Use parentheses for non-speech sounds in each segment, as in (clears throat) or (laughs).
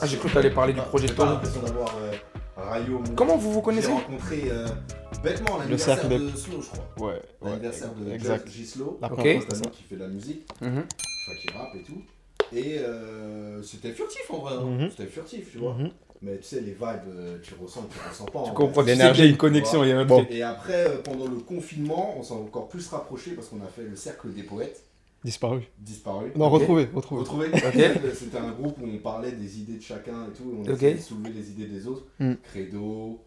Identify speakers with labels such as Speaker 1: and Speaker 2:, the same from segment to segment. Speaker 1: Ah, j'ai cru que t'allais parler du projet de
Speaker 2: J'ai pas
Speaker 1: Tony.
Speaker 2: l'impression d'avoir euh, Rayo. mon-
Speaker 1: Comment vous vous connaissez
Speaker 2: J'ai rencontré euh, bêtement à l'anniversaire
Speaker 3: cercle de-
Speaker 2: de Slow, je crois.
Speaker 3: Ouais,
Speaker 2: L'anniversaire de
Speaker 3: exact.
Speaker 2: Jeff Gislo.
Speaker 3: La
Speaker 1: Ok.
Speaker 3: première fois,
Speaker 2: C'est un
Speaker 3: c'était
Speaker 2: mec
Speaker 3: ça.
Speaker 2: qui fait de la musique,
Speaker 1: Mhm.
Speaker 2: enfin qui rappe et tout. Et euh, c'était furtif en vrai. hein.
Speaker 3: Mhm.
Speaker 2: C'était furtif, tu vois.
Speaker 3: Mhm.
Speaker 2: Mais tu sais, les vibes, euh, tu ressens, tu ressens pas. en
Speaker 1: Tu
Speaker 2: vrai.
Speaker 1: comprends, tu sais
Speaker 3: L'énergie.
Speaker 1: qu'il y a une connexion, il y a un
Speaker 3: Bon.
Speaker 1: truc.
Speaker 2: Et après, euh, pendant le confinement, on s'est encore plus rapprochés parce qu'on a fait le cercle des poètes
Speaker 3: Disparu.
Speaker 2: disparus.
Speaker 3: Non,
Speaker 1: Ok.
Speaker 3: retrouvé, retrouvé.
Speaker 2: Retrouvé.
Speaker 1: Ok.
Speaker 2: (laughs) C'était un groupe où on parlait des idées de chacun et tout. Et on
Speaker 1: Ok.
Speaker 2: essayait de soulever les idées des autres.
Speaker 3: Hmm.
Speaker 2: Credo,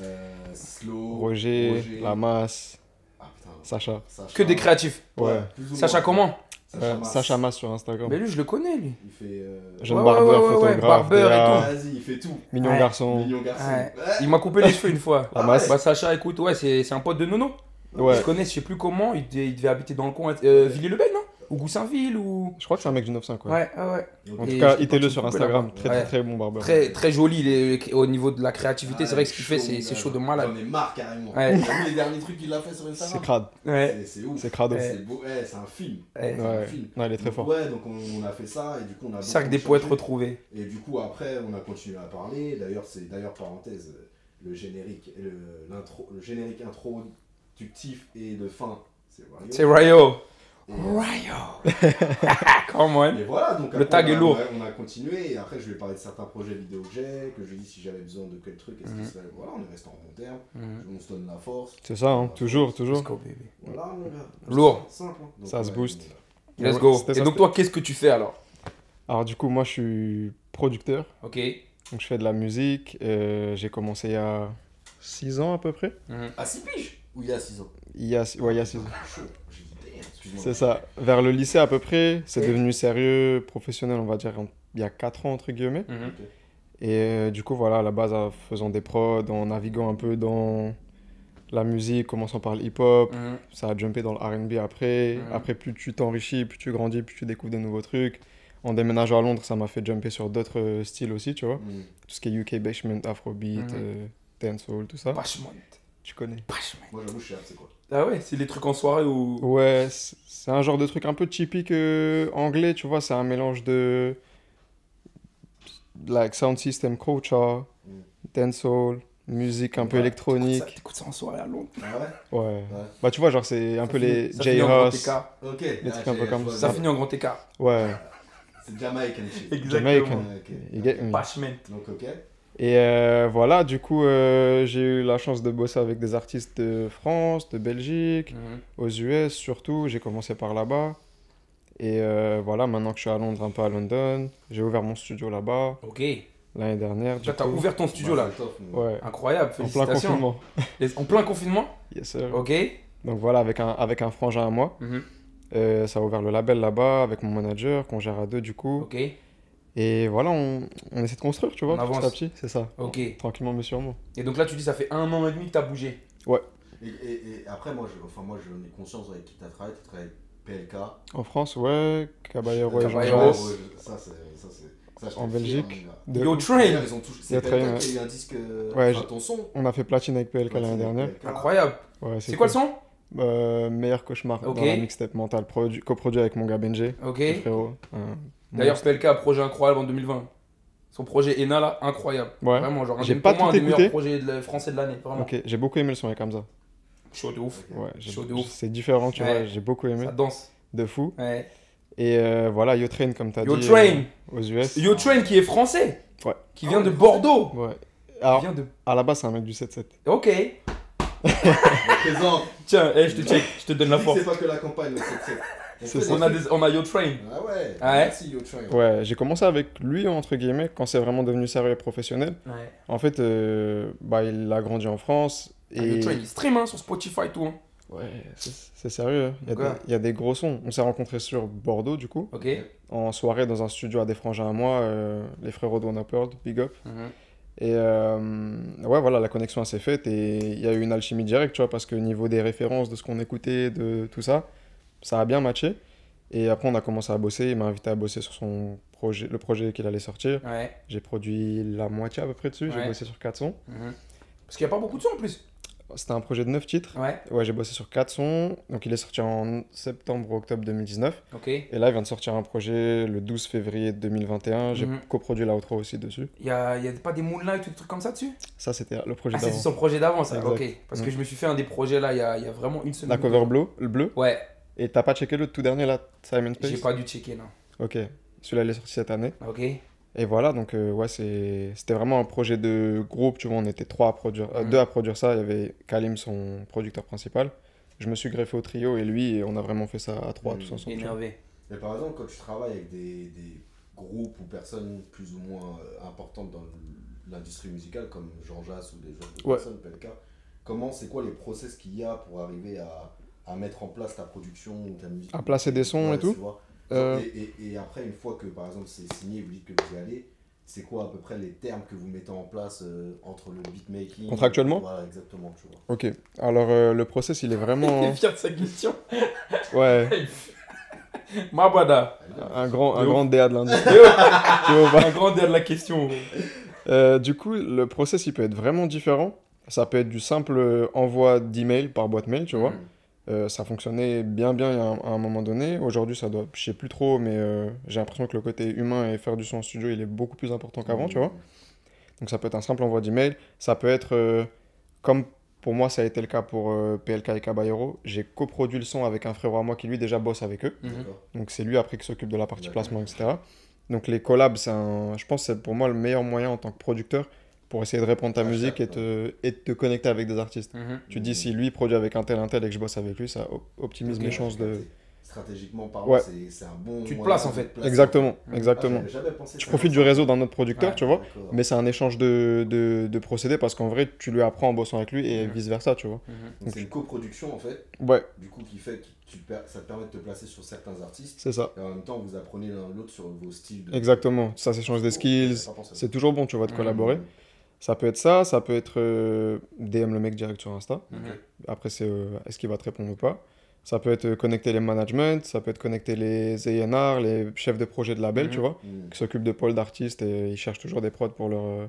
Speaker 2: euh, Slow,
Speaker 3: Roger,
Speaker 2: Roger.
Speaker 3: Lamas,
Speaker 2: Ah putain,
Speaker 3: Sacha.
Speaker 2: Sacha.
Speaker 1: Que des créatifs.
Speaker 3: Ouais.
Speaker 2: plus ou moins.
Speaker 1: Sacha comment
Speaker 3: Ouais,
Speaker 2: Sacha Mars.
Speaker 3: Sacha Mas sur Instagram.
Speaker 1: Mais lui, je le connais, lui.
Speaker 2: Il fait. euh,
Speaker 3: Jeune
Speaker 1: Ouais, ouais,
Speaker 3: barbeur,
Speaker 1: ouais, ouais, ouais,
Speaker 3: photographe,
Speaker 1: barbeur et
Speaker 3: DA,
Speaker 2: Vas-y, il fait tout.
Speaker 3: mignon
Speaker 1: Ouais.
Speaker 3: garçon.
Speaker 2: Mignon garçon.
Speaker 1: Ah. Ouais.
Speaker 2: Ouais. Ah,
Speaker 1: Il m'a coupé les cheveux une fois.
Speaker 3: La masse.
Speaker 1: Bah, Sacha, écoute, ouais, c'est c'est un pote de Nono.
Speaker 3: Ouais.
Speaker 1: Je connais, je sais plus comment, il, devait- il devait habiter dans le coin, euh, Villiers-le-Bel, non Ou Goussainville, ou...
Speaker 3: Je crois que c'est un mec du 95. Ouais.
Speaker 1: Ouais, ouais, ouais.
Speaker 3: En
Speaker 1: Et
Speaker 3: tout cas,
Speaker 1: je sais pas
Speaker 3: hitez-le
Speaker 1: si
Speaker 3: sur
Speaker 1: tu peux
Speaker 3: Instagram.
Speaker 2: l'avoir.
Speaker 3: Très,
Speaker 1: Ouais.
Speaker 3: très, très bon barbeur.
Speaker 1: Très, très joli les- au niveau de la créativité,
Speaker 2: Ah,
Speaker 1: c'est vrai que ce qu'il fait, c'est
Speaker 2: chaud,
Speaker 1: c'est chaud de
Speaker 2: gars.
Speaker 1: malade.
Speaker 2: J'en ai marre carrément.
Speaker 1: Ouais.
Speaker 2: T'as vu les derniers trucs qu'il a fait sur
Speaker 3: C'est
Speaker 2: Instagram
Speaker 3: crade.
Speaker 1: Ouais,
Speaker 2: C'est- C'est ouf.
Speaker 3: C'est crado.
Speaker 1: Ouais.
Speaker 2: C'est beau. Eh, c'est un film.
Speaker 1: ouais.
Speaker 2: C'est un
Speaker 3: Ouais.
Speaker 2: film.
Speaker 3: Non, il est très
Speaker 2: Donc,
Speaker 3: fort.
Speaker 2: Ouais, donc on, on a fait ça et du coup on a.
Speaker 1: Cercle
Speaker 2: beaucoup
Speaker 1: des
Speaker 2: changé.
Speaker 1: poètes retrouvés.
Speaker 2: Et du coup après on a continué à parler. D'ailleurs c'est d'ailleurs parenthèse euh, le générique le l'intro le générique introductif et de fin c'est Wario.
Speaker 1: C'est Ryo.
Speaker 2: Et, euh,
Speaker 1: Ryo. (laughs) Come on.
Speaker 2: et voilà donc
Speaker 1: Le tag
Speaker 2: on a-
Speaker 1: est lourd.
Speaker 2: On a, on a continué et après je lui ai parlé de certains projets vidéo que j'ai que je lui ai dit si j'avais besoin de quel truc est-ce que
Speaker 1: Mhm.
Speaker 2: ça- voilà on est resté en bon terme
Speaker 1: Mhm.
Speaker 2: on se donne la force
Speaker 3: C'est ça, hein. toujours,
Speaker 1: Let's
Speaker 3: toujours.
Speaker 1: go, baby.
Speaker 2: voilà mon gars.
Speaker 1: Lourd.
Speaker 2: Simple, hein. Donc,
Speaker 3: Ça se
Speaker 2: ouais,
Speaker 3: booste.
Speaker 2: on est là.
Speaker 1: Let's
Speaker 3: Ouais,
Speaker 1: go.
Speaker 3: c'était
Speaker 1: Et
Speaker 3: ça,
Speaker 1: donc
Speaker 3: c'était-
Speaker 1: toi, qu'est-ce que tu fais alors
Speaker 3: Alors, du coup, moi, je suis producteur.
Speaker 1: Ok.
Speaker 3: Donc, je fais de la musique. euh, J'ai commencé il y a 6 ans à peu près.
Speaker 1: Mhm.
Speaker 2: À 6 Ah, piges Ou il y a 6 ans
Speaker 3: Il y a, six- ouais, il y a 6 ans.
Speaker 2: Ah, Chaud. J'ai dit, damn, excuse-moi.
Speaker 3: C'est ça. Vers le lycée à peu près, c'est
Speaker 1: Ok.
Speaker 3: devenu sérieux, professionnel, on va dire, en- il y a 4 ans, entre guillemets.
Speaker 1: Mhm.
Speaker 3: Et euh, du coup, voilà, à la base, en faisant des prods, en naviguant un peu dans la musique, commençant par le hip-hop,
Speaker 1: Mhm.
Speaker 3: ça a jumpé dans le R&B après.
Speaker 1: Mhm.
Speaker 3: Après, plus tu t'enrichis, plus tu grandis, plus tu découvres des nouveaux trucs. En déménageant à Londres, ça m'a fait jumper sur d'autres euh, styles aussi, tu vois.
Speaker 2: Mm.
Speaker 3: Tout ce qui est UK basement, afrobeat,
Speaker 1: Mhm.
Speaker 3: euh, dancehall, tout ça.
Speaker 1: Pashmont.
Speaker 3: Tu connais.
Speaker 1: Pashmont.
Speaker 2: Moi j'avoue, je suis apte, c'est quoi
Speaker 1: Ah ouais, c'est les trucs en soirée ou...
Speaker 3: Ouais, c- c'est un genre de truc un peu typique euh, anglais, tu vois, c'est un mélange de like sound system, culture,
Speaker 2: Mm.
Speaker 3: dancehall, musique un peu
Speaker 1: Ouais, T'écoutes ça-
Speaker 3: électronique.
Speaker 1: T'écoutes ça en soirée à Londres.
Speaker 2: Ah ouais
Speaker 3: Ouais.
Speaker 2: Ouais.
Speaker 3: Bah tu vois, genre c'est un peu les
Speaker 1: Ça finit en grand
Speaker 3: J-Ross.
Speaker 1: écart.
Speaker 2: Ok. Ah,
Speaker 3: Les trucs un peu
Speaker 2: j'ai-
Speaker 3: comme
Speaker 2: je vois
Speaker 1: Ça
Speaker 3: Ça-
Speaker 2: bien.
Speaker 1: finit en grand écart.
Speaker 3: Ouais.
Speaker 1: Ah,
Speaker 2: C'est Jamaican shit.
Speaker 3: Jamaican.
Speaker 2: Ouais, ok.
Speaker 3: You get me.
Speaker 1: Pashment.
Speaker 2: Donc ok.
Speaker 3: Et euh, voilà, du coup, euh, j'ai eu la chance de bosser avec des artistes de France, de Belgique, aux US surtout. J'ai commencé par là-bas. Et euh, voilà, maintenant que je suis à Londres, un peu à London, j'ai ouvert mon studio là-bas.
Speaker 1: Ok.
Speaker 3: l'année dernière. Du
Speaker 1: Toi, t'as
Speaker 3: coup.
Speaker 1: ouvert ton studio
Speaker 2: Bah,
Speaker 1: là.
Speaker 2: c'est top, mais-
Speaker 3: Ouais.
Speaker 1: Incroyable,
Speaker 3: En plein
Speaker 1: félicitations.
Speaker 3: confinement.
Speaker 1: Les- En plein confinement
Speaker 3: Yes, sir.
Speaker 1: Ok.
Speaker 3: Donc voilà, avec un, avec un frangin à moi,
Speaker 1: Mhm.
Speaker 3: euh, ça a ouvert le label là-bas avec mon manager qu'on gère à deux du coup.
Speaker 1: Ok.
Speaker 3: Et voilà, on, on essaie de construire, tu vois,
Speaker 1: On
Speaker 3: petit à
Speaker 1: avance.
Speaker 3: petit, c'est ça.
Speaker 1: Ok.
Speaker 3: Tranquillement mais sûrement.
Speaker 1: Et donc là, tu dis, ça fait un an et demi que t'as bougé.
Speaker 2: Et, et, et après, moi, je, enfin, moi, j'en ai conscience avec qui t'as travaillé. T'as travaillé avec PLK.
Speaker 3: En France, ouais, Caballero et Jean
Speaker 1: Caballero.
Speaker 3: Jaurès.
Speaker 2: Ça, c'est. Ça, c'est. ça, je
Speaker 3: En
Speaker 2: t'en fier,
Speaker 3: Belgique.
Speaker 2: hein,
Speaker 3: De-
Speaker 1: Yo
Speaker 2: mon gars.
Speaker 1: Train
Speaker 2: Ils ont touché.
Speaker 3: Yo
Speaker 2: C'est
Speaker 3: Train,
Speaker 2: PLK
Speaker 3: ouais.
Speaker 2: qui a eu un disque. euh,
Speaker 3: Ouais,
Speaker 2: enfin,
Speaker 3: j'ai-
Speaker 2: ton son. Bah,
Speaker 3: On a fait platine avec PLK l'année dernière.
Speaker 2: PLK.
Speaker 1: Incroyable.
Speaker 3: Ouais,
Speaker 1: C'est quoi le son
Speaker 3: son Meilleur cauchemar
Speaker 1: Ok.
Speaker 3: dans la mixtape mentale, produ- coproduit avec mon gars Benji,
Speaker 1: Ok.
Speaker 3: le frérot. Euh, Un-
Speaker 1: D'ailleurs, PLK a un projet incroyable en 2020. Son projet ENA là, incroyable.
Speaker 3: Ouais.
Speaker 1: Vraiment, genre, un
Speaker 3: J'ai
Speaker 1: des-
Speaker 3: pas
Speaker 1: pour moi,
Speaker 3: tout
Speaker 1: un des meilleurs
Speaker 3: écouté.
Speaker 1: projets de la- français de l'année. Vraiment.
Speaker 3: Ok, j'ai beaucoup aimé le son avec Hamza.
Speaker 1: Chaud de ouf.
Speaker 2: Ok.
Speaker 3: Ouais, j'ai-
Speaker 1: Chaud de ouf.
Speaker 3: c'est différent, tu
Speaker 1: Ouais.
Speaker 3: vois, j'ai beaucoup aimé.
Speaker 1: Ça danse.
Speaker 3: De fou.
Speaker 1: Ouais.
Speaker 3: Et euh, voilà, Yo Train, comme t'as
Speaker 1: Yo
Speaker 3: dit,
Speaker 1: Train.
Speaker 3: euh, aux US.
Speaker 1: Yo Train qui est français.
Speaker 3: Ouais. Ah.
Speaker 1: Qui
Speaker 2: Ah
Speaker 1: vient
Speaker 2: ouais.
Speaker 1: de Bordeaux.
Speaker 3: Ouais.
Speaker 1: Qui
Speaker 3: Alors,
Speaker 1: vient de.
Speaker 3: à la base, c'est un mec du 7-7.
Speaker 1: Ok.
Speaker 2: On présente.
Speaker 1: Tiens, eh, je te check, je te donne la
Speaker 2: Dis que
Speaker 1: force.
Speaker 2: C'est pas que la campagne. mais c'est- c'est-
Speaker 3: (laughs) C'est
Speaker 2: fait
Speaker 3: ça.
Speaker 1: On a, des- on a Yo Train.
Speaker 2: Ah ouais. Merci, Yo Train.
Speaker 3: Ouais, j'ai commencé avec lui, entre guillemets, quand c'est vraiment devenu sérieux et professionnel.
Speaker 1: Ouais.
Speaker 3: En fait, euh, bah, il a grandi en France.
Speaker 1: Ah, Yo
Speaker 3: Et...
Speaker 1: Train, il stream hein, sur Spotify et tout. hein.
Speaker 3: Ouais, c'est c'est sérieux. hein. Il y, a
Speaker 1: Ouais.
Speaker 3: des, il y a des gros sons. On s'est rencontrés sur Bordeaux, du coup,
Speaker 1: Ok.
Speaker 3: en soirée dans un studio à des frangins à moi, euh, les frérots de One Up World, Big Up.
Speaker 1: Mhm.
Speaker 3: Et euh, ouais, voilà, la connexion elle s'est faite et il y a eu une alchimie directe, tu vois, parce que au niveau des références, de ce qu'on écoutait, de tout ça, ça a bien matché. Et après, on a commencé à bosser. Il m'a invité à bosser sur son projet, le projet qu'il allait sortir.
Speaker 1: Ouais.
Speaker 3: J'ai produit la moitié à peu près dessus. J'ai
Speaker 1: Ouais.
Speaker 3: bossé sur 4 sons.
Speaker 1: Mhm. Parce qu'il n'y a pas beaucoup de sons en plus.
Speaker 3: C'était un projet de 9 titres.
Speaker 1: Ouais,
Speaker 3: Ouais, j'ai bossé sur 4 sons. Donc il est sorti en septembre, octobre 2019.
Speaker 1: ok. Il
Speaker 3: Et là, il vient de sortir un projet le 12 février 2021. J'ai
Speaker 1: Mhm.
Speaker 3: coproduit la outro aussi dessus.
Speaker 1: n'y a, il y a pas des Moonlight ou des trucs comme ça dessus
Speaker 3: Ça, c'était le projet
Speaker 1: Ah, c'est
Speaker 3: d'avant.
Speaker 1: son projet d'avant, ça.
Speaker 3: Exact.
Speaker 1: Ok. Parce que
Speaker 3: Mm.
Speaker 1: je me suis fait un des projets là, il y a, il y a vraiment une semaine.
Speaker 3: La cover bleue, le bleu.
Speaker 1: Ouais,
Speaker 3: Et t'as pas checké le tout dernier là, Simon
Speaker 1: j'ai
Speaker 3: Space
Speaker 1: pas dû checker, non.
Speaker 3: Ok, celui-là il est sorti cette année.
Speaker 1: Ok.
Speaker 3: Et voilà, donc euh, ouais, c'est- c'était vraiment un projet de groupe, tu vois, on était trois à produire, euh,
Speaker 1: Mhm.
Speaker 3: deux à produire ça, il y avait Kalim, son producteur principal. Je me suis greffé au trio et lui, et on a vraiment fait ça à trois
Speaker 2: Mhm.
Speaker 3: tous ensemble. tu vois.
Speaker 1: Énervé.
Speaker 2: Mais par exemple, quand tu travailles avec des, des groupes ou personnes plus ou moins euh, importantes dans l'industrie musicale, comme Jean Jass ou des gens de
Speaker 3: Ouais.
Speaker 2: personnes, PLK, comment, c'est quoi les process qu'il y a pour arriver à, à mettre en place ta production ou ta musique
Speaker 3: À placer des sons
Speaker 2: Ouais,
Speaker 3: et
Speaker 2: tu
Speaker 3: tout
Speaker 2: vois.
Speaker 3: Euh,
Speaker 2: Et, et- et après, une fois que par exemple c'est signé, vous dites que vous y allez, c'est quoi à peu près les termes que vous mettez en place euh, entre le beatmaking
Speaker 3: Contractuellement
Speaker 2: Voilà, exactement, tu vois.
Speaker 3: Ok, alors euh, le process il est
Speaker 1: T'es (laughs)
Speaker 3: vraiment.
Speaker 1: fier de sa question
Speaker 3: ouais,
Speaker 1: Mabada.
Speaker 3: (laughs) un grand, un
Speaker 1: De ouf.
Speaker 3: grand DA de l'industrie. (laughs) Tu vois ou pas
Speaker 1: Un grand dé de la question.
Speaker 3: Euh, du coup, le process il peut être vraiment différent. Ça peut être du simple euh, envoi d'email par boîte mail, tu vois.
Speaker 2: Mhm.
Speaker 3: Euh, ça fonctionnait bien bien à un, à un moment donné. Aujourd'hui, ça doit, je sais plus trop, mais euh, j'ai l'impression que le côté humain et faire du son en studio, il est beaucoup plus important qu'avant,
Speaker 2: Mm.
Speaker 3: tu vois. Donc ça peut être un simple envoi d'email, ça peut être euh, comme pour moi ça a été le cas pour euh, PLK et Caballero, j'ai coproduit le son avec un frérot à moi qui lui déjà bosse avec eux.
Speaker 1: Mhm.
Speaker 2: D'accord.
Speaker 3: Donc c'est lui après qui s'occupe de la partie
Speaker 2: D'accord.
Speaker 3: placement, etc. Donc les collabs, c'est un- je pense que c'est pour moi le meilleur moyen en tant que producteur pour essayer de répandre ta
Speaker 2: Ah,
Speaker 3: musique
Speaker 2: ça,
Speaker 3: et te, et te connecter avec des artistes.
Speaker 1: Mhm.
Speaker 3: Tu te
Speaker 2: Mhm.
Speaker 3: dis si lui produit avec un tel, un tel et que je bosse avec lui, ça o- optimise
Speaker 1: Ok.
Speaker 3: mes chances de...
Speaker 2: Stratégiquement parlant,
Speaker 3: Ouais.
Speaker 2: c'est c'est un bon.
Speaker 1: Tu te
Speaker 2: moyen
Speaker 1: places, en
Speaker 2: de
Speaker 1: fait.
Speaker 2: te placer.
Speaker 3: Exactement,
Speaker 1: Mhm.
Speaker 3: exactement.
Speaker 2: Ah, j'avais jamais pensé
Speaker 3: Tu
Speaker 2: ça.
Speaker 3: profites du réseau d'un autre producteur,
Speaker 1: Ouais.
Speaker 3: tu vois.
Speaker 2: D'accord.
Speaker 3: Mais c'est un échange de, de, de procédés parce qu'en vrai, tu lui apprends en bossant avec lui et
Speaker 1: Mhm.
Speaker 3: vice-versa, tu vois.
Speaker 1: Mhm.
Speaker 2: Donc, C'est une coproduction en fait,
Speaker 3: Ouais,
Speaker 2: du coup qui fait que tu per- ça te permet de te placer sur certains artistes
Speaker 3: c'est ça.
Speaker 2: et en même temps vous apprenez l'un l'autre sur vos styles. de-
Speaker 3: Exactement. Ça s'échange des skills.
Speaker 2: J'avais pas pensé à ça.
Speaker 3: C'est toujours bon, tu vois, de
Speaker 1: Mhm.
Speaker 3: collaborer. Ça peut être ça, ça peut être euh, DM le mec direct sur Insta.
Speaker 1: Mhm.
Speaker 3: Après, c'est euh, est-ce qu'il va te répondre ou pas. Ça peut être euh, connecter les managements, ça peut être connecter les A&R, les chefs de projet de label,
Speaker 1: Mhm.
Speaker 3: tu vois.
Speaker 2: Mhm.
Speaker 3: qui s'occupent de pôles d'artistes et ils cherchent toujours des prods pour, leur, euh,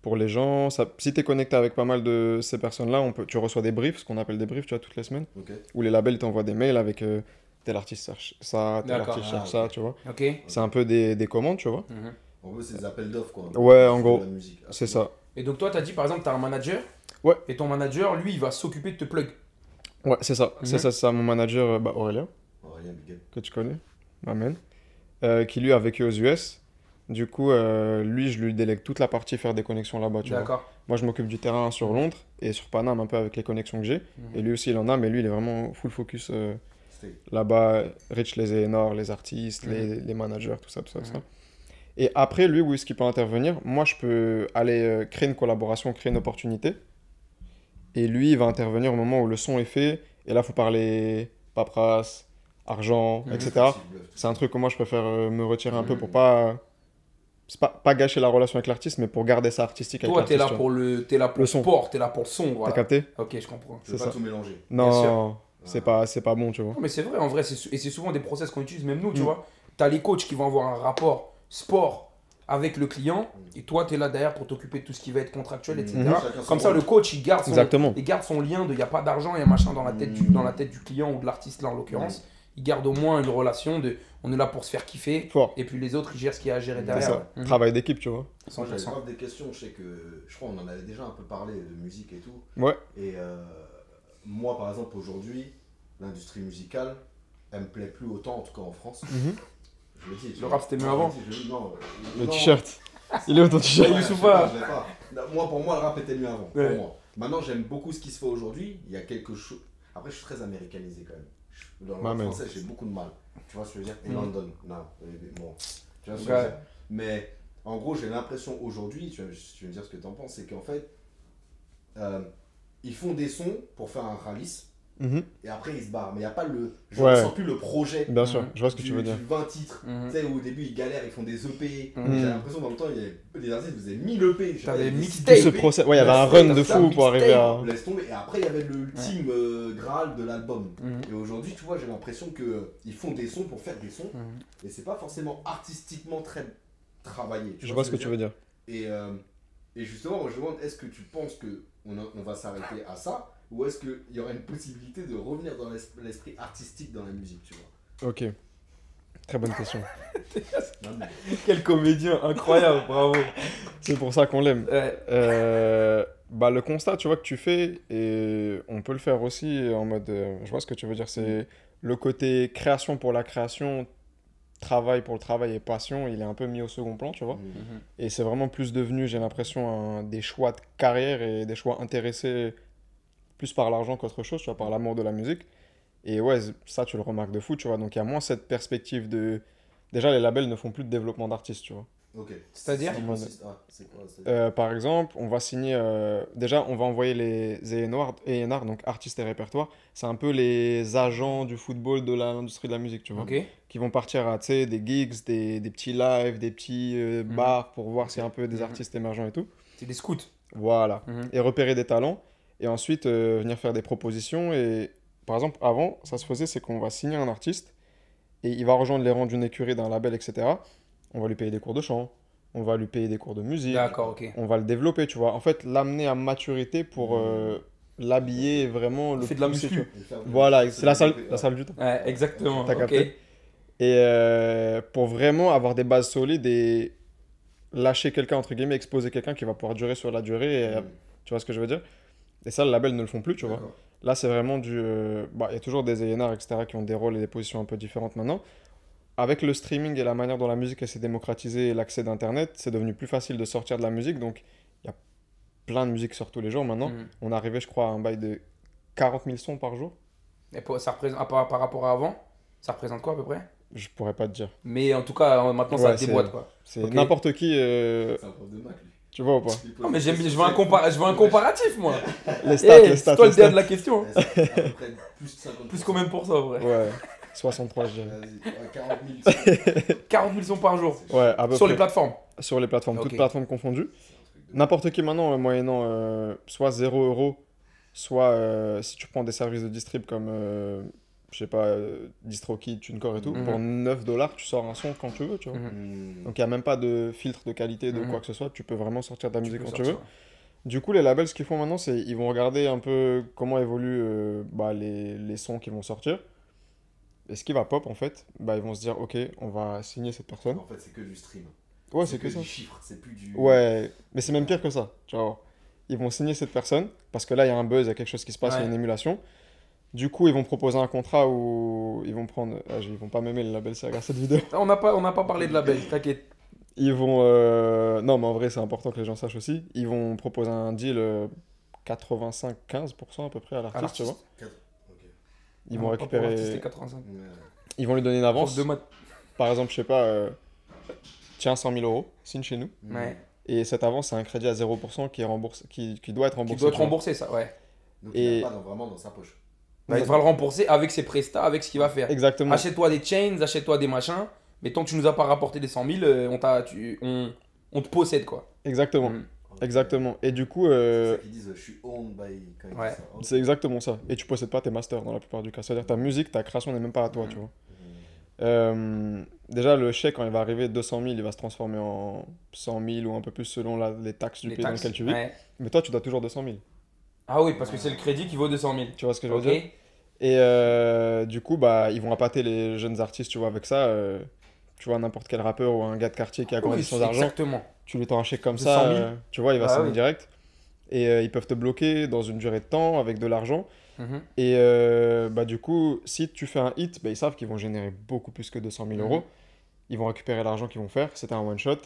Speaker 3: pour les gens. Ça, si tu es connecté avec pas mal de ces personnes-là, on peut, tu reçois des briefs, ce qu'on appelle des briefs, tu vois, toutes les semaines,
Speaker 2: Ok.
Speaker 3: où les labels ils t'envoient des mails avec euh, tel artiste cherche ça, tel
Speaker 1: D'accord.
Speaker 3: artiste
Speaker 2: Ah,
Speaker 3: cherche
Speaker 2: ok.
Speaker 3: ça, tu vois.
Speaker 1: Ok.
Speaker 3: C'est un peu des, des commandes, tu vois.
Speaker 1: Mhm.
Speaker 2: En gros, c'est des appels d'offres quoi.
Speaker 3: Ouais,
Speaker 2: Sur
Speaker 3: en gros,
Speaker 2: la musique. Ah,
Speaker 3: C'est ça.
Speaker 1: Et donc, toi, t'as dit par exemple, t'as un manager.
Speaker 3: Ouais.
Speaker 1: Et ton manager, lui, il va s'occuper de te plug.
Speaker 3: Ouais, c'est ça. C'est
Speaker 1: Mhm.
Speaker 3: ça, c'est ça. Mon manager, euh, bah, Aurélien,
Speaker 2: Aurélien Ah, Big Up.
Speaker 3: que tu connais, Amen, euh, qui lui a vécu aux US. Du coup, euh, lui, je lui délègue toute la partie faire des connexions là-bas, tu vois.
Speaker 1: D'accord.
Speaker 3: Moi, je m'occupe du terrain sur Londres et sur Paname un peu avec les connexions que j'ai.
Speaker 1: Mhm.
Speaker 3: Et lui aussi, il en a, mais lui, il est vraiment full focus euh,
Speaker 2: C'était-
Speaker 3: là-bas. Rich, les énormes, les artistes, les, les managers, tout ça, tout ça, tout ça. Et après, lui, où est-ce qu'il peut intervenir Moi, je peux aller euh, créer une collaboration, créer une opportunité. Et lui, il va intervenir au moment où le son est fait. Et là, faut parler paperasse, argent,
Speaker 1: Mhm.
Speaker 3: etc.
Speaker 2: Steve Bluff.
Speaker 3: C'est un truc que moi, je préfère euh, me retirer un peu
Speaker 1: Mhm.
Speaker 3: pour pas... C'est pas, pas gâcher la relation avec l'artiste, mais pour garder ça artistique avec
Speaker 1: Toi, t'es
Speaker 3: l'artiste.
Speaker 1: là
Speaker 3: tu vois.
Speaker 1: pour le, t'es là pour
Speaker 3: Le
Speaker 1: le
Speaker 3: son.
Speaker 1: sport, t'es là pour le son,
Speaker 3: T'as
Speaker 1: voilà.
Speaker 3: capté
Speaker 1: Ok, je comprends.
Speaker 2: Je veux
Speaker 3: c'est
Speaker 2: pas
Speaker 3: ça.
Speaker 2: tout mélanger.
Speaker 3: Non, c'est
Speaker 2: Voilà.
Speaker 3: pas, c'est pas bon, tu vois.
Speaker 1: Non, mais c'est vrai, en vrai, c'est sou- et c'est souvent des process qu'on utilise, même nous, tu
Speaker 3: Mm.
Speaker 1: vois. T'as les coachs qui vont avoir un rapport sport avec le client, et toi, t'es là derrière pour t'occuper de tout ce qui va être contractuel, etc.
Speaker 2: Mhm. Chacun son
Speaker 1: Comme ça,
Speaker 2: rôle.
Speaker 1: le coach, il garde son,
Speaker 3: Mm-hmm. Exactement.
Speaker 1: il garde son lien de il n'y a pas d'argent et un machin dans la, tête du,
Speaker 2: Mm.
Speaker 1: dans la tête du client ou de l'artiste, là, en
Speaker 3: Mm.
Speaker 1: l'occurrence. Il garde au moins une relation de on est là pour se faire kiffer,
Speaker 3: Fort.
Speaker 1: et puis les autres, ils gèrent ce qu'il y a à gérer
Speaker 2: C'est
Speaker 1: derrière.
Speaker 3: ça.
Speaker 1: ouais. Mhm.
Speaker 3: Travail d'équipe, tu vois.
Speaker 2: Moi j'avais
Speaker 1: 100%.
Speaker 2: grave des questions, je sais que je crois qu'on en avait déjà un peu parlé de musique et tout.
Speaker 3: Ouais.
Speaker 2: Et euh, moi par exemple aujourd'hui, l'industrie musicale, elle me plaît plus autant, en tout cas en France.
Speaker 3: Mhm.
Speaker 2: Je le dis. tu vois.
Speaker 1: Le rap, c'était mieux
Speaker 2: Je
Speaker 1: avant.
Speaker 2: dis, je- non,
Speaker 3: Le
Speaker 2: non.
Speaker 3: t-shirt. Il est où ton
Speaker 2: Ouais,
Speaker 3: t-shirt
Speaker 1: Il est
Speaker 2: je
Speaker 1: sous
Speaker 2: sais
Speaker 1: pas.
Speaker 2: pas, je sais pas. Non, Moi pour moi le rap était mieux avant. pour
Speaker 1: Ouais.
Speaker 2: moi. Maintenant j'aime beaucoup ce qui se fait aujourd'hui. Il y a quelque chose. Après je suis très américanisé quand même. Je- Dans le
Speaker 3: Ouais,
Speaker 2: rap
Speaker 3: mais- Mm.
Speaker 2: français j'ai beaucoup de mal. Tu vois ce que je veux dire Et
Speaker 1: Mhm.
Speaker 2: London, non. euh, bon. Tu vois ce que je
Speaker 1: Ouais.
Speaker 2: veux dire Mais en gros, j'ai l'impression aujourd'hui, tu, vas- tu vas me dire ce que t'en penses, c'est qu'en fait, euh, ils font des sons pour faire un ralice
Speaker 3: Mhm.
Speaker 2: et après ils se barrent. Mais il n'y a pas le. Je
Speaker 3: Ouais.
Speaker 2: ressens plus le projet
Speaker 3: Bien sûr, je vois ce que
Speaker 2: du,
Speaker 3: tu veux dire.
Speaker 2: du 20 titres.
Speaker 1: Mhm.
Speaker 2: Tu sais, où au début ils galèrent, ils font des EP.
Speaker 1: Mhm.
Speaker 2: J'ai l'impression dans le temps, il y avait, les artistes vous avez 1000 EP. je sais pas,
Speaker 1: T'avais
Speaker 2: il y avait
Speaker 1: mixtape.
Speaker 3: Tout
Speaker 2: 10
Speaker 3: ce
Speaker 1: Tape.
Speaker 2: EP,
Speaker 3: procès. Ouais, il y avait un
Speaker 1: Mixtape,
Speaker 3: run de
Speaker 1: ça,
Speaker 3: fou pour arriver à.
Speaker 2: on laisse tomber. Et après, il y avait l'ultime euh, Graal de l'album.
Speaker 1: Mhm.
Speaker 2: Et aujourd'hui, tu vois, j'ai l'impression qu'ils font des sons pour faire des sons.
Speaker 1: Mhm.
Speaker 2: Et c'est pas forcément artistiquement très travaillé.
Speaker 3: Je vois ce que
Speaker 2: je
Speaker 3: tu veux dire.
Speaker 2: et, euh, et justement, moi, je me demande, est-ce que tu penses que on, en- on va s'arrêter à ça Ou est-ce qu'il y aura une possibilité de revenir dans l'es- l'esprit artistique dans la musique, tu vois
Speaker 3: Ok. Très bonne question.
Speaker 2: Non, mais-
Speaker 1: Quel comédien incroyable, bravo.
Speaker 3: C'est pour ça qu'on l'aime.
Speaker 1: Ouais.
Speaker 3: Euh, bah, le constat, tu vois, que tu fais, et on peut le faire aussi en mode, euh, je vois ce que tu veux dire, c'est le côté création pour la création, travail pour le travail et passion, il est un peu mis au second plan, tu vois.
Speaker 2: Mm.
Speaker 3: Et c'est vraiment plus devenu, j'ai l'impression, un- des choix de carrière et des choix intéressés plus par l'argent qu'autre chose, tu vois, par l'amour de la musique. Et ouais, z- ça, tu le remarques de fou, tu vois. Donc, il y a moins cette perspective de... Déjà, les labels ne font plus de développement d'artistes, tu vois.
Speaker 2: Ok.
Speaker 1: C'est-à-dire
Speaker 2: Ça consiste- ah, c'est quoi, c'est-
Speaker 3: Euh, par exemple, on va signer. euh, déjà, on va envoyer les A&R, A&R, donc artistes et répertoires. C'est un peu les agents du football de la- l'industrie de la musique, tu vois.
Speaker 1: Ok.
Speaker 3: Qui vont partir à tu sais, des gigs, des, des petits lives, des petits euh,
Speaker 1: Mhm.
Speaker 3: bars pour voir s'il y a un peu des
Speaker 1: Mhm.
Speaker 3: artistes émergents et tout.
Speaker 1: C'est des scouts.
Speaker 3: Voilà.
Speaker 1: Mhm.
Speaker 3: Et repérer des talents. Et ensuite, euh, venir faire des propositions. Et par exemple, avant, ça se faisait, c'est qu'on va signer un artiste et il va rejoindre les rangs d'une écurie, d'un label, etc. On va lui payer des cours de chant. On va lui payer des cours de musique
Speaker 1: D'accord, ok.
Speaker 3: on va le développer, tu vois. En fait, l'amener à maturité pour euh, l'habiller et vraiment le
Speaker 1: fait de la
Speaker 3: pousser,
Speaker 1: muscu.
Speaker 3: tu vois.
Speaker 2: Et faire-
Speaker 3: Voilà,
Speaker 2: se
Speaker 3: c'est la salle,
Speaker 2: développer,
Speaker 3: la
Speaker 2: ah.
Speaker 3: salle du temps.
Speaker 1: Ouais, exactement.
Speaker 3: T'as
Speaker 1: ok.
Speaker 3: capté. Et euh, pour vraiment avoir des bases solides et lâcher quelqu'un, entre guillemets, exposer quelqu'un qui va pouvoir durer sur la durée. et, euh,
Speaker 2: Mm.
Speaker 3: Tu vois ce que je veux dire Et ça, le label ne le font plus, tu vois.
Speaker 2: D'accord.
Speaker 3: Là, c'est vraiment du. euh, bah, Il y a toujours des A&R, etc., qui ont des rôles et des positions un peu différentes maintenant. Avec le streaming et la manière dont la musique elle s'est démocratisée et l'accès d'Internet, c'est devenu plus facile de sortir de la musique. Donc, il y a plein de musique sur tous les jours maintenant.
Speaker 1: Mhm.
Speaker 3: On arrivait, je crois, à un bail de 40 000 sons par jour.
Speaker 1: Et pour- ça représente, ah, par, par rapport à avant, ça représente quoi à peu près
Speaker 3: Je pourrais pas te dire.
Speaker 1: Mais en tout cas, euh, maintenant,
Speaker 3: Ouais,
Speaker 1: ça
Speaker 3: c'est-
Speaker 1: déboîte quoi.
Speaker 3: C'est
Speaker 1: Ok.
Speaker 3: n'importe qui, euh,
Speaker 2: C'est un prof de maths, lui.
Speaker 3: tu vois ou pas
Speaker 2: Il pose
Speaker 1: Non, mais
Speaker 2: des
Speaker 1: j'aime, bien- je
Speaker 2: questions
Speaker 1: veux un,
Speaker 2: très-
Speaker 1: compara- je veux un
Speaker 2: Ouais.
Speaker 1: comparatif moi.
Speaker 3: (laughs) Les
Speaker 1: Eh,
Speaker 3: stats, les
Speaker 1: c'est
Speaker 3: stats,
Speaker 1: toi
Speaker 3: les
Speaker 1: le dernier de
Speaker 3: stats.
Speaker 1: la question.
Speaker 2: Ouais, c'est à peu près Plus de 50%.
Speaker 1: Plus combien pour ça, vrai
Speaker 3: Ouais, 63, je dirais.
Speaker 2: Vas-y, ouais, 40 000. c'est-
Speaker 1: 40 000 sons par jour.
Speaker 2: c'est-
Speaker 3: Ouais, à peu
Speaker 1: Sur les
Speaker 3: près.
Speaker 1: plateformes.
Speaker 3: Sur les plateformes,
Speaker 1: Ok.
Speaker 3: toutes plateformes confondues.
Speaker 2: c'est un truc de-
Speaker 3: N'importe qui maintenant, euh, moyennant euh, soit 0 euro, soit euh, si tu prends des services de distrib comme, euh, je sais pas, euh, DistroKid, TuneCore et tout,
Speaker 1: Mhm.
Speaker 3: pour 9 dollars, tu sors un son quand tu veux, tu vois.
Speaker 1: Mhm.
Speaker 2: Hmm.
Speaker 3: Donc il n'y a même pas de filtre de qualité, de
Speaker 1: Mhm.
Speaker 3: quoi que ce soit, tu peux vraiment sortir de la musique
Speaker 1: peux
Speaker 3: quand tu
Speaker 1: sortir.
Speaker 3: veux. Du coup, les labels, ce qu'ils font maintenant, c'est ils vont regarder un peu comment évoluent euh, bah, les, les sons qui vont sortir. Et ce qui va pop, en fait, bah, ils vont se dire, ok, on va signer cette personne.
Speaker 2: En fait, c'est que du stream.
Speaker 3: Ouais, c'est que ça.
Speaker 2: du chiffre, c'est plus du.
Speaker 3: Ouais, mais c'est même pire que ça, tu vas voir. Ils vont signer cette personne, parce que là, il y a un buzz, il y a quelque chose qui se passe, il y a
Speaker 1: Ouais.
Speaker 3: une émulation. Du coup, ils vont proposer un contrat où ils vont prendre... ah, ils vont pas m'aimer le label, si regarde cette vidéo.
Speaker 1: Ah, On n'a pas, on n'a pas parlé de la belle, t'inquiète.
Speaker 3: Ils vont... euh, Non, mais en vrai, c'est important que les gens sachent aussi. Ils vont proposer un deal euh, 85-15% à peu près à
Speaker 1: À
Speaker 3: l'artiste, tu vois.
Speaker 1: l'artiste.
Speaker 2: Ok.
Speaker 3: Ils
Speaker 1: Ah,
Speaker 3: vont
Speaker 1: pas pour l'artiste, c'est
Speaker 3: récupérer...
Speaker 1: 85.
Speaker 2: Ouais.
Speaker 3: Ils vont lui donner une
Speaker 1: Prof
Speaker 3: avance.
Speaker 1: de maths.
Speaker 3: Par exemple, je sais pas... euh, Tiens, 100 000 euros, signe chez nous.
Speaker 2: Hmm.
Speaker 1: Ouais.
Speaker 3: Et cette avance, c'est un crédit à 0% qui, est remboursé, qui, qui doit être
Speaker 1: Qui
Speaker 3: remboursé.
Speaker 1: doit être
Speaker 3: tu vois.
Speaker 1: remboursé, ça, ouais.
Speaker 2: Donc,
Speaker 3: Et-
Speaker 2: il n'a pas dans- vraiment dans sa poche.
Speaker 1: Bah, il devra le rembourser avec ses prestats, avec ce qu'il va faire.
Speaker 3: Exactement.
Speaker 1: Achète-toi des chains, achète-toi des machins, mais tant que tu nous as pas rapporté les 100 000, euh, on, t'a, tu, on, on te possède quoi.
Speaker 3: Exactement.
Speaker 1: Mm.
Speaker 2: Ok.
Speaker 3: Exactement. Et du coup,
Speaker 2: C'est
Speaker 3: euh,
Speaker 2: pour ça qu'ils disent euh, je suis owned by. Quand ils
Speaker 1: Ouais.
Speaker 2: disent ça. Ok.
Speaker 3: c'est exactement ça. Et tu possèdes pas tes masters dans la plupart du cas. C'est-à-dire ta musique, ta création n'est même pas à toi,
Speaker 1: Mhm.
Speaker 3: tu vois.
Speaker 2: Hmm.
Speaker 3: Euh, déjà, le chèque, quand il va arriver 200 000, il va se transformer en 100 000 ou un peu plus selon la- les taxes du
Speaker 1: Les
Speaker 3: pays
Speaker 1: taxes,
Speaker 3: dans lequel tu vis.
Speaker 1: ouais.
Speaker 3: Mais toi, tu dois toujours 200 000.
Speaker 1: Ah oui, parce que c'est le crédit qui vaut 200 000.
Speaker 3: Tu vois ce que je veux
Speaker 1: Ok
Speaker 3: dire Et euh, du coup, bah, ils vont appâter les jeunes artistes, tu vois, avec ça. euh, tu vois, n'importe quel rappeur ou un gars de quartier qui a grandi
Speaker 1: Ah Oui,
Speaker 3: sans argent,
Speaker 1: Exactement.
Speaker 3: tu lui tends un chèque comme
Speaker 1: 200
Speaker 3: ça,
Speaker 1: 000.
Speaker 3: euh, tu vois, il va
Speaker 1: Bah
Speaker 3: signer
Speaker 1: oui.
Speaker 3: direct. Et euh, ils peuvent te bloquer dans une durée de temps avec de l'argent.
Speaker 1: Mhm.
Speaker 3: Et euh, bah, du coup, si tu fais un hit, bah, ils savent qu'ils vont générer beaucoup plus que 200 000 euros.
Speaker 1: Mhm.
Speaker 3: Ils vont récupérer l'argent qu'ils vont faire. C'était un one shot.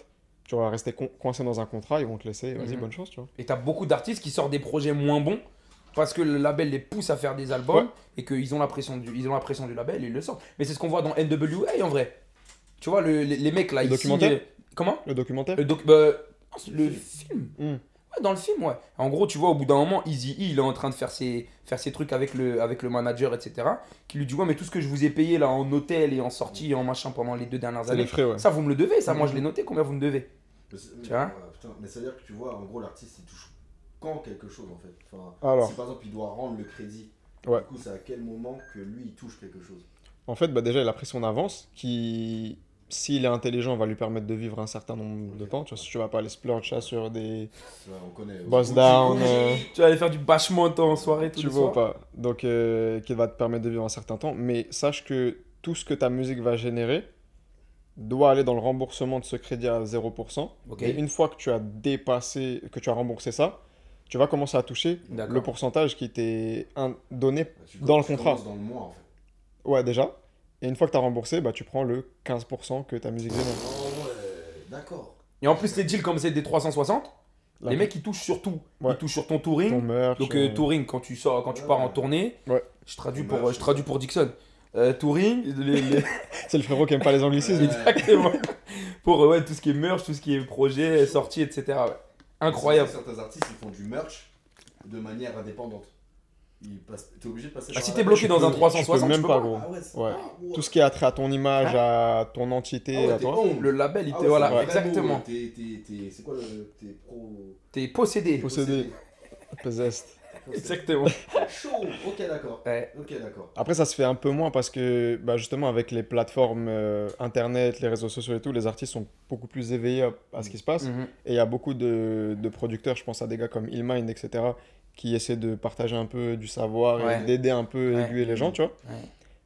Speaker 3: Tu vas rester con- coincé dans un contrat. Ils vont te laisser. Vas-y,
Speaker 1: Mhm.
Speaker 3: bonne chance, tu vois.
Speaker 1: Et t'as beaucoup d'artistes qui sortent des projets moins bons parce que le label les pousse à faire des albums
Speaker 3: Ouais.
Speaker 1: et qu'ils ont, la pression du- ils ont la pression du label et ils le sortent. Mais c'est ce qu'on voit dans NWA en vrai. Tu vois, le- les, les mecs là,
Speaker 3: Le
Speaker 1: ils signent.
Speaker 3: documentaire
Speaker 1: Comment
Speaker 3: Le documentaire.
Speaker 1: Le, doc- bah, non, c'est le
Speaker 2: Le
Speaker 1: film. Hmm.
Speaker 3: Mm.
Speaker 1: Ouais, dans le film, ouais. En gros, tu vois, au bout d'un moment, Easy E, il est en train de faire ses, faire ses trucs avec le, avec le manager, etc. Qui lui dit Ouais, mais tout ce que je vous ai payé là en hôtel et en sortie et en machin pendant les deux dernières
Speaker 3: C'est les
Speaker 1: années,
Speaker 3: frais, ouais.
Speaker 1: ça vous me le Hmm. devez, ça, moi je l'ai noté, combien vous me devez
Speaker 2: Mais c'est- mais-
Speaker 1: vois
Speaker 2: ouais, putain, mais ça veut dire que tu vois, en gros, l'artiste il touche quand quelque chose en fait. Enfin,
Speaker 3: Alors.
Speaker 2: Si par exemple il doit rendre le crédit,
Speaker 3: Ouais.
Speaker 2: du coup, c'est à quel moment que lui il touche quelque chose
Speaker 3: En fait, bah, déjà, il a pris son avance qui. s'il est intelligent, on va lui permettre de vivre un certain nombre de temps. Tu vois, si tu vas pas aller splurge ça sur des
Speaker 2: Ouais, on connaît.
Speaker 3: boss down, euh,
Speaker 1: Tu vas aller faire du bâchement toi, en soirée tous
Speaker 3: tu
Speaker 1: les
Speaker 3: vois ou
Speaker 1: soirs.
Speaker 3: pas. Donc, euh, qui va te permettre de vivre un certain temps. Mais sache que tout ce que ta musique va générer doit aller dans le remboursement de ce crédit à 0%.
Speaker 1: Ok,
Speaker 3: Et une fois que tu as dépassé, que tu as remboursé ça, tu vas commencer à toucher
Speaker 1: d'accord.
Speaker 3: le pourcentage qui t'est un- donné.
Speaker 2: Tu
Speaker 3: Dans le
Speaker 2: commences- tu
Speaker 3: contrat.
Speaker 2: commences Dans le mois, en fait.
Speaker 3: Ouais, déjà. Et une fois que tu as remboursé, bah, tu prends le 15% que ta musique génère.
Speaker 2: Oh, ouais, d'accord.
Speaker 1: Et en plus, les deals, comme c'est des 360,
Speaker 3: Là,
Speaker 1: les mecs ils touchent sur tout.
Speaker 3: Ouais.
Speaker 1: Ils touchent sur ton
Speaker 3: ton
Speaker 1: touring.
Speaker 3: merch,
Speaker 1: Donc,
Speaker 3: euh,
Speaker 1: euh, touring, quand tu, sors, quand tu pars en tournée,
Speaker 3: Ouais.
Speaker 1: je, traduis
Speaker 2: Ton
Speaker 1: pour,
Speaker 2: merch.
Speaker 1: je traduis pour Dixon. Euh, touring, les- les-
Speaker 3: C'est le frérot qui aime pas les anglicismes.
Speaker 2: Ouais.
Speaker 1: (laughs) Exactement. Pour euh, ouais, tout ce qui est merch, tout ce qui est projet, sortie, etc. ouais. Incroyable.
Speaker 2: Certains artistes, ils font du merch de manière indépendante. Ils passent... T'es obligé de passer
Speaker 1: Bah,
Speaker 2: par
Speaker 1: si
Speaker 2: là.
Speaker 1: t'es bloqué
Speaker 3: tu
Speaker 1: dans un
Speaker 3: peux-
Speaker 1: 360,
Speaker 3: tu peux même
Speaker 1: tu peux
Speaker 3: pas,
Speaker 1: pas.
Speaker 3: gros.
Speaker 2: Ah ouais, c'est-
Speaker 3: Ouais.
Speaker 2: ah
Speaker 3: Tout ce qui a trait à ton image, à ton
Speaker 2: Ah
Speaker 3: entité,
Speaker 2: ouais,
Speaker 3: à
Speaker 2: t'es
Speaker 3: toi.
Speaker 2: owned.
Speaker 1: Le label, il
Speaker 2: Ah
Speaker 1: t'est-
Speaker 2: ouais,
Speaker 1: voilà,
Speaker 2: c'est un cadeau,
Speaker 1: exactement.
Speaker 2: T'es, t'es, t'es, c'est quoi le. T'es pro.
Speaker 1: T'es possédé.
Speaker 3: Faut s'aider. Possessed.
Speaker 1: Exactement.
Speaker 2: Ah, Chaud Ok, d'accord.
Speaker 1: Ouais.
Speaker 2: Ok, d'accord.
Speaker 3: Après, ça se fait un peu moins parce que, bah, justement, avec les plateformes euh, internet, les réseaux sociaux et tout, les artistes sont beaucoup plus éveillés à, à ce qui se passe.
Speaker 1: Mhm.
Speaker 3: Et il y a beaucoup de, de producteurs, je pense à des gars comme Illmind, etc., qui essaient de partager un peu du savoir
Speaker 1: Ouais.
Speaker 3: et d'aider un peu,
Speaker 1: Ouais.
Speaker 3: aiguiller les gens, tu vois.
Speaker 1: Ouais.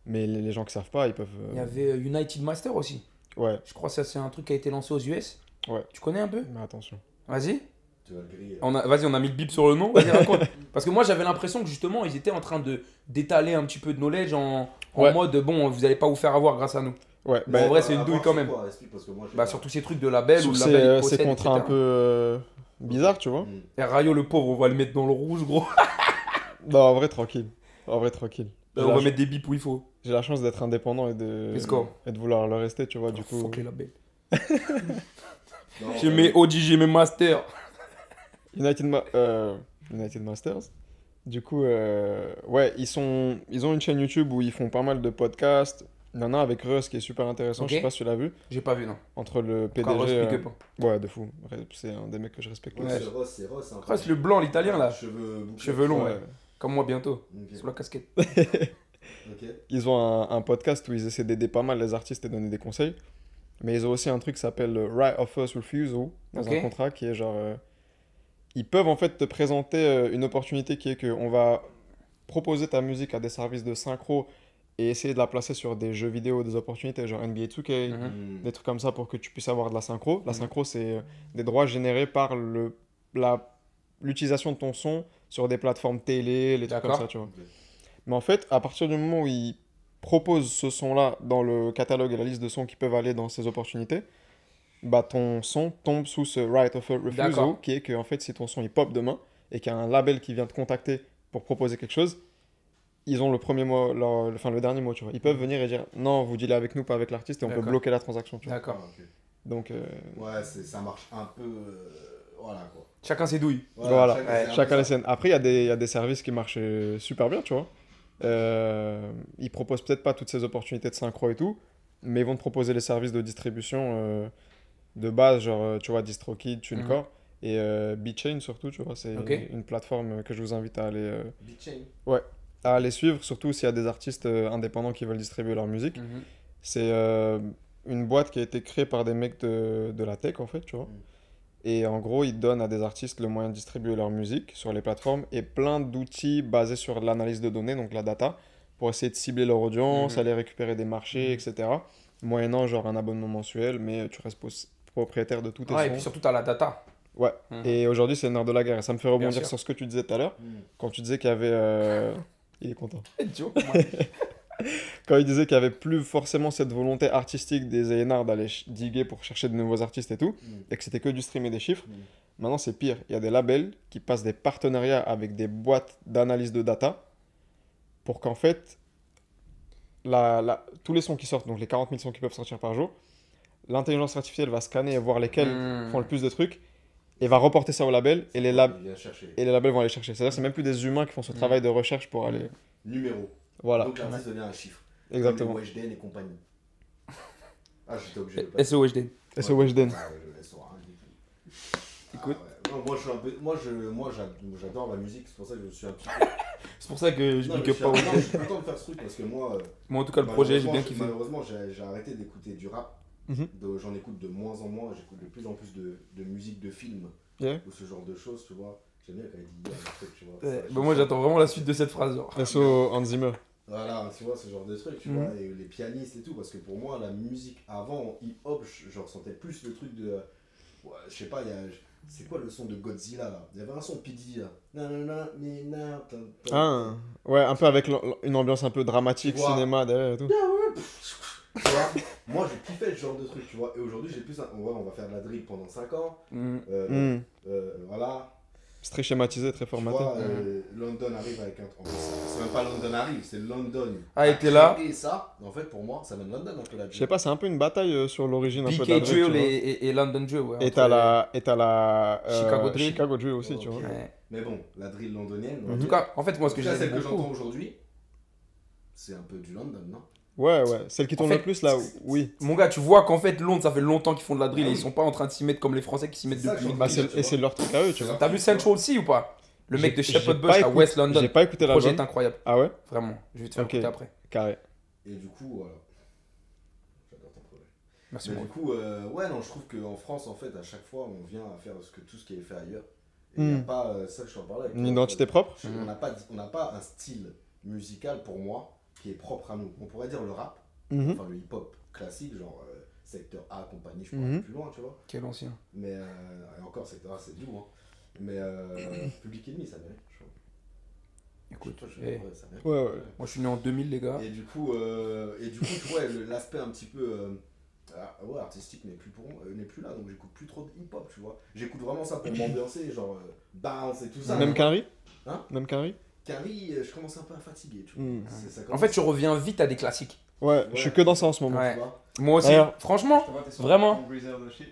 Speaker 3: Mais les, les gens qui savent pas, ils peuvent. euh,
Speaker 1: Il y avait euh, United Master aussi.
Speaker 3: Ouais,
Speaker 1: Je crois que ça c'est un truc qui a été lancé aux US.
Speaker 3: Ouais.
Speaker 1: Tu connais un peu
Speaker 3: mais attention.
Speaker 1: Vas-y.
Speaker 2: Tu vas le griller.
Speaker 1: On a- Vas-y, on a mis le bip sur le nom. Vas-y, raconte. (laughs) Parce que moi j'avais l'impression que justement ils étaient en train de d'étaler un petit peu de knowledge en, en
Speaker 3: Ouais.
Speaker 1: mode bon, vous allez pas vous faire avoir grâce à nous.
Speaker 3: Ouais,
Speaker 1: Mais
Speaker 2: euh,
Speaker 1: en
Speaker 3: bah,
Speaker 1: vrai, c'est une douille quand même. Bah,
Speaker 2: Bah,
Speaker 1: sur tous ces trucs de label ou
Speaker 3: sur
Speaker 1: de
Speaker 3: ces,
Speaker 1: label. il
Speaker 3: euh, ces
Speaker 1: possède,
Speaker 3: contrats un
Speaker 1: etc.
Speaker 3: peu euh, bizarres, tu vois.
Speaker 2: Hmm.
Speaker 1: Et Rayo le pauvre, on va le mettre dans le rouge, gros.
Speaker 3: Non, Bah, en vrai, tranquille. En vrai, tranquille. J'ai
Speaker 1: on
Speaker 3: la,
Speaker 1: va mettre des bips où il faut.
Speaker 3: j'ai la chance d'être indépendant et de...
Speaker 1: Let's go.
Speaker 3: et de vouloir le rester, tu vois, du coup.
Speaker 1: Ah, Fuck les labels.
Speaker 2: euh,
Speaker 1: J'ai mes Audi, j'ai mes Master.
Speaker 3: United, Ma- euh, United Masters. Du coup, euh, ouais, ils, sont... ils ont une chaîne YouTube où ils font pas mal de podcasts. Il y en a un avec Russ qui est super intéressant, je
Speaker 1: Ok.
Speaker 3: sais pas si tu l'as vu.
Speaker 1: J'ai pas vu, non.
Speaker 3: Entre le PDG.
Speaker 1: Encore Ross
Speaker 3: euh,
Speaker 1: Pick Up, hein.
Speaker 3: Ouais, de fou. Re- C'est un des mecs que je respecte. le
Speaker 2: Ouais,
Speaker 3: plus.
Speaker 2: c'est Ross, c'est Ross. hein.
Speaker 1: Après, c'est le blanc, l'italien, là.
Speaker 2: Cheveux bouclés.
Speaker 1: Cheveux longs, ouais.
Speaker 3: Ouais.
Speaker 1: Comme moi, bientôt.
Speaker 2: Ok,
Speaker 1: Sous la casquette.
Speaker 3: (laughs)
Speaker 2: ok.
Speaker 3: Ils ont un, un podcast où ils essaient d'aider pas mal les artistes et donner des conseils. Mais ils ont aussi un truc qui s'appelle euh, Right of First Refusal, dans
Speaker 1: Ok.
Speaker 3: un contrat qui est genre. euh, ils peuvent en fait te présenter euh, une opportunité qui est que on va proposer ta musique à des services de synchro et essayer de la placer sur des jeux vidéo, des opportunités genre NBA 2K,
Speaker 1: Mhm.
Speaker 2: Hmm.
Speaker 3: des trucs comme ça pour que tu puisses avoir de la synchro. La
Speaker 1: Mhm.
Speaker 3: synchro, c'est euh, des droits générés par le, la, l'utilisation de ton son sur des plateformes télé, les trucs comme
Speaker 1: D'accord.
Speaker 3: ça, tu vois.
Speaker 2: Ok.
Speaker 3: Mais en fait, à partir du moment où ils proposent ce son-là dans le catalogue et la liste de sons qui peuvent aller dans ces opportunités, bah ton son tombe sous ce right of refusal
Speaker 1: D'accord.
Speaker 3: qui est que en fait si ton son il pop demain et qu'il y a un label qui vient te contacter pour proposer quelque chose, ils ont le premier mot, leur- enfin le dernier mot, tu vois. Ils peuvent venir et dire non, vous dealez avec nous, pas avec l'artiste, et on peut
Speaker 1: Mm. D'accord.
Speaker 3: bloquer la transaction, tu vois.
Speaker 1: D'accord.
Speaker 2: Ah, ok.
Speaker 3: Donc euh,
Speaker 2: Ouais, c'est- ça marche un peu. euh, Voilà quoi.
Speaker 1: Chacun ses douilles.
Speaker 3: Voilà,
Speaker 1: ouais,
Speaker 2: c'est un
Speaker 3: chacun
Speaker 2: peu
Speaker 3: les
Speaker 2: ça.
Speaker 3: siennes. Après, il y, a des- il y a des services qui marchent euh, super bien, tu vois. Euh, ils proposent peut-être pas toutes ces opportunités de synchro et tout, mais ils vont te proposer les services de distribution euh, de base, genre, euh, tu vois, DistroKid, TuneCore et euh, BeatChain surtout, tu vois. C'est
Speaker 1: Ok.
Speaker 3: une plateforme que je vous invite à aller, euh,
Speaker 2: Big chain.
Speaker 3: à aller suivre, surtout s'il y a des artistes euh, indépendants qui veulent distribuer leur musique. C'est euh, une boîte qui a été créée par des mecs de, de la tech, en fait, tu vois.
Speaker 2: Mm.
Speaker 3: Et en gros, ils donnent à des artistes le moyen de distribuer leur musique sur les plateformes et plein d'outils basés sur l'analyse de données, donc la data, pour essayer de cibler leur audience,
Speaker 1: Mhm.
Speaker 3: aller récupérer des marchés,
Speaker 1: Mhm.
Speaker 3: etc. Moyennant genre un abonnement mensuel, mais tu restes pos- propriétaire de tout tes
Speaker 1: Ouais, Ah, et
Speaker 3: sons.
Speaker 1: puis surtout, t'as la data.
Speaker 3: Ouais.
Speaker 1: Mhm.
Speaker 3: Et aujourd'hui, c'est le nerf de la guerre. Et ça me fait rebondir
Speaker 1: sûr.
Speaker 3: sur ce que tu disais tout à l'heure,
Speaker 2: Hmm.
Speaker 3: quand tu disais qu'il y avait...
Speaker 1: (laughs)
Speaker 3: euh, Il est content.
Speaker 1: Joke, man.
Speaker 3: Quand il disait qu'il n'y avait plus forcément cette volonté artistique des A&R d'aller ch- diguer pour chercher de nouveaux artistes et tout,
Speaker 2: Hmm.
Speaker 3: et que c'était que du stream et des chiffres,
Speaker 2: Mm.
Speaker 3: maintenant c'est pire. Il y a des labels qui passent des partenariats avec des boîtes d'analyse de data pour qu'en fait, la, la- tous les sons qui sortent, donc les 40 000 sons qui peuvent sortir par jour, l'intelligence artificielle va scanner et voir lesquels
Speaker 1: Mhm.
Speaker 3: font le plus de trucs et va reporter ça au label et les, lab-
Speaker 2: Il vient chercher.
Speaker 3: et les labels vont aller chercher. C'est-à-dire que c'est même plus des humains qui font ce
Speaker 1: Mhm.
Speaker 3: travail de recherche pour aller.
Speaker 2: Numéro.
Speaker 3: Voilà,
Speaker 2: Donc l'artiste devient un chiffre.
Speaker 3: exactement.
Speaker 2: Comme les WHDN et
Speaker 1: (laughs)
Speaker 2: compagnie. Ah, j'étais obligé de le passer.
Speaker 1: SOHD.
Speaker 3: Et c'est Weshden.
Speaker 2: Ah ouais, je laisse au rien du tout.
Speaker 1: Écoute.
Speaker 2: Ah ouais. Non, moi, je suis un peu- moi, je- moi, j'a- j'adore la musique, c'est pour ça que je suis un petit peu.
Speaker 1: C'est pour ça que je
Speaker 2: Non, mais
Speaker 1: pick
Speaker 2: je
Speaker 1: up
Speaker 2: suis-
Speaker 1: pas.
Speaker 2: non, je
Speaker 1: Weshden.
Speaker 2: suis content de faire ce truc parce que moi. euh,
Speaker 1: Moi, en tout cas, le projet, j'ai
Speaker 2: malheureusement,
Speaker 1: bien
Speaker 2: je-
Speaker 1: kiffé.
Speaker 2: Malheureusement, j'ai j'ai arrêté d'écouter du rap
Speaker 3: Mhm.
Speaker 2: Donc, J'en écoute de moins en moins, j'écoute de plus en plus de, de musique de films
Speaker 3: Yeah.
Speaker 2: ou ce genre de choses, tu vois. J'aime bien quand il dit yeah, un truc, tu vois.
Speaker 1: Ouais,
Speaker 2: Ça,
Speaker 1: bah, moi, j'attends vraiment la suite de cette phrase. genre.
Speaker 3: SO Hans Zimmer.
Speaker 2: Voilà, tu vois, ce genre de truc, tu
Speaker 1: Mhm.
Speaker 2: vois, et les pianistes et tout, parce que pour moi, la musique avant, en hip-hop, je, je ressentais plus le truc de. ouais, je sais pas, il y a. C'est quoi le son de Godzilla là Il y avait un son de P. Diddy, là. Nanana, nina, tan, tan.
Speaker 3: Ah, ouais, un peu avec l'am- l'am- une ambiance un peu dramatique,
Speaker 2: Tu vois.
Speaker 3: cinéma derrière et tout.
Speaker 2: Tu vois Moi, je kiffais ce genre de truc, tu vois, et aujourd'hui, j'ai plus un. Ouais, on va faire de la drill pendant 5 ans,
Speaker 1: Mhm.
Speaker 2: euh,
Speaker 3: Hmm.
Speaker 2: euh, voilà.
Speaker 3: C'est très schématisé, très
Speaker 2: Tu
Speaker 3: formaté.
Speaker 2: vois, euh, London arrive avec un. en plus, C'est même pas London arrive, c'est London.
Speaker 1: Ah, et t'es là.
Speaker 2: Et ça, en fait, pour moi, ça mène London un peu là
Speaker 3: Je sais pas, c'est un peu une bataille euh, sur l'origine un peu de la
Speaker 1: BK
Speaker 3: drill,
Speaker 1: Drill
Speaker 3: tu
Speaker 1: et,
Speaker 3: vois.
Speaker 1: et- et London Drill. Ouais,
Speaker 3: Et
Speaker 1: entre
Speaker 3: t'as
Speaker 1: les-
Speaker 3: la, et t'as la euh,
Speaker 1: Chicago Drill.
Speaker 3: Chicago Drill aussi, tu vois.
Speaker 2: Ok.
Speaker 1: Ouais.
Speaker 2: Mais bon, la drill londonienne.
Speaker 3: Mhm.
Speaker 1: En tout cas, en fait, moi, ce que
Speaker 2: Déjà, celle
Speaker 1: j'aime
Speaker 2: que
Speaker 1: beaucoup.
Speaker 2: j'entends aujourd'hui, c'est un peu du London, non
Speaker 3: Ouais, ouais, celle qui tourne
Speaker 1: fait,
Speaker 3: le plus là, oui.
Speaker 1: Mon gars, tu vois qu'en fait, Londres, ça fait longtemps qu'ils font de la drill
Speaker 2: Ah
Speaker 1: et ils
Speaker 2: oui.
Speaker 1: sont pas en train de s'y mettre comme les Français qui s'y mettent
Speaker 2: C'est ça
Speaker 1: depuis.
Speaker 2: que
Speaker 3: Bah,
Speaker 2: j'entends. tu
Speaker 3: c'est- et
Speaker 2: vois.
Speaker 3: c'est leur truc à eux, tu vois.
Speaker 1: T'as vu Central Sea ou pas Le mec
Speaker 3: J'ai-
Speaker 1: de
Speaker 3: j'ai
Speaker 1: Shepherd
Speaker 3: pas
Speaker 1: Bush à
Speaker 3: écouté-
Speaker 1: West
Speaker 3: J'ai
Speaker 1: London.
Speaker 3: pas écouté
Speaker 1: Le projet est
Speaker 3: l'album.
Speaker 1: incroyable.
Speaker 3: Ah ouais
Speaker 1: Vraiment. Je vais te faire
Speaker 3: Ok.
Speaker 1: écouter après.
Speaker 3: Carré.
Speaker 2: Et du coup, voilà. J'adore ton projet.
Speaker 1: Merci
Speaker 2: Mais
Speaker 1: beaucoup.
Speaker 2: du coup, euh, ouais, non, je trouve qu'en France, en fait, à chaque fois, on vient à faire ce que, tout ce qui est fait ailleurs. Et il
Speaker 3: Hmm.
Speaker 2: n'y a pas, euh, ça que je t'en parlais. avec
Speaker 3: Une
Speaker 2: toi,
Speaker 3: identité
Speaker 2: en fait.
Speaker 3: propre
Speaker 2: Je- On n'a pas, on n'a pas un style musical, pour moi, qui est propre à nous. On pourrait dire le rap,
Speaker 1: Hmm.
Speaker 3: Mhm.
Speaker 2: enfin le hip-hop classique, genre euh, secteur A, compagnie, je peux
Speaker 1: Hmm.
Speaker 3: Mhm.
Speaker 2: aller plus loin, tu vois.
Speaker 1: Quel ancien.
Speaker 2: Mais euh, et encore, c'est ah, c'est dur. Hein. Mais euh, (clears throat) Public Enemy, ça mérite. Je trouve.
Speaker 1: Écoute,
Speaker 2: Je sais pas, je-
Speaker 1: eh,
Speaker 2: ouais, ça mérite.
Speaker 3: Ouais, ouais.
Speaker 1: moi, je suis né en 2000, les gars.
Speaker 2: Et du coup, euh, et du coup tu vois, le- l'aspect un petit peu euh, ah, ouais, artistique n'est plus, pour- euh, n'est plus là, donc j'écoute plus trop de hip-hop, tu vois. J'écoute vraiment ça
Speaker 1: (clears throat)
Speaker 2: pour m'ambiancer, genre euh, bounce et tout ça.
Speaker 3: Même qu'un riz
Speaker 2: Hein
Speaker 3: Même qu'un riz
Speaker 2: Carrie, euh, je commence un peu à fatiguer, tu vois.
Speaker 3: Hmm.
Speaker 2: C'est- ça
Speaker 1: En
Speaker 2: commence-
Speaker 1: fait, tu reviens vite à des classiques.
Speaker 3: Ouais, je suis que dans ça en ce moment.
Speaker 1: Ouais.
Speaker 2: tu vois.
Speaker 1: Moi aussi.
Speaker 3: D'ailleurs-
Speaker 1: Franchement, Vraiment.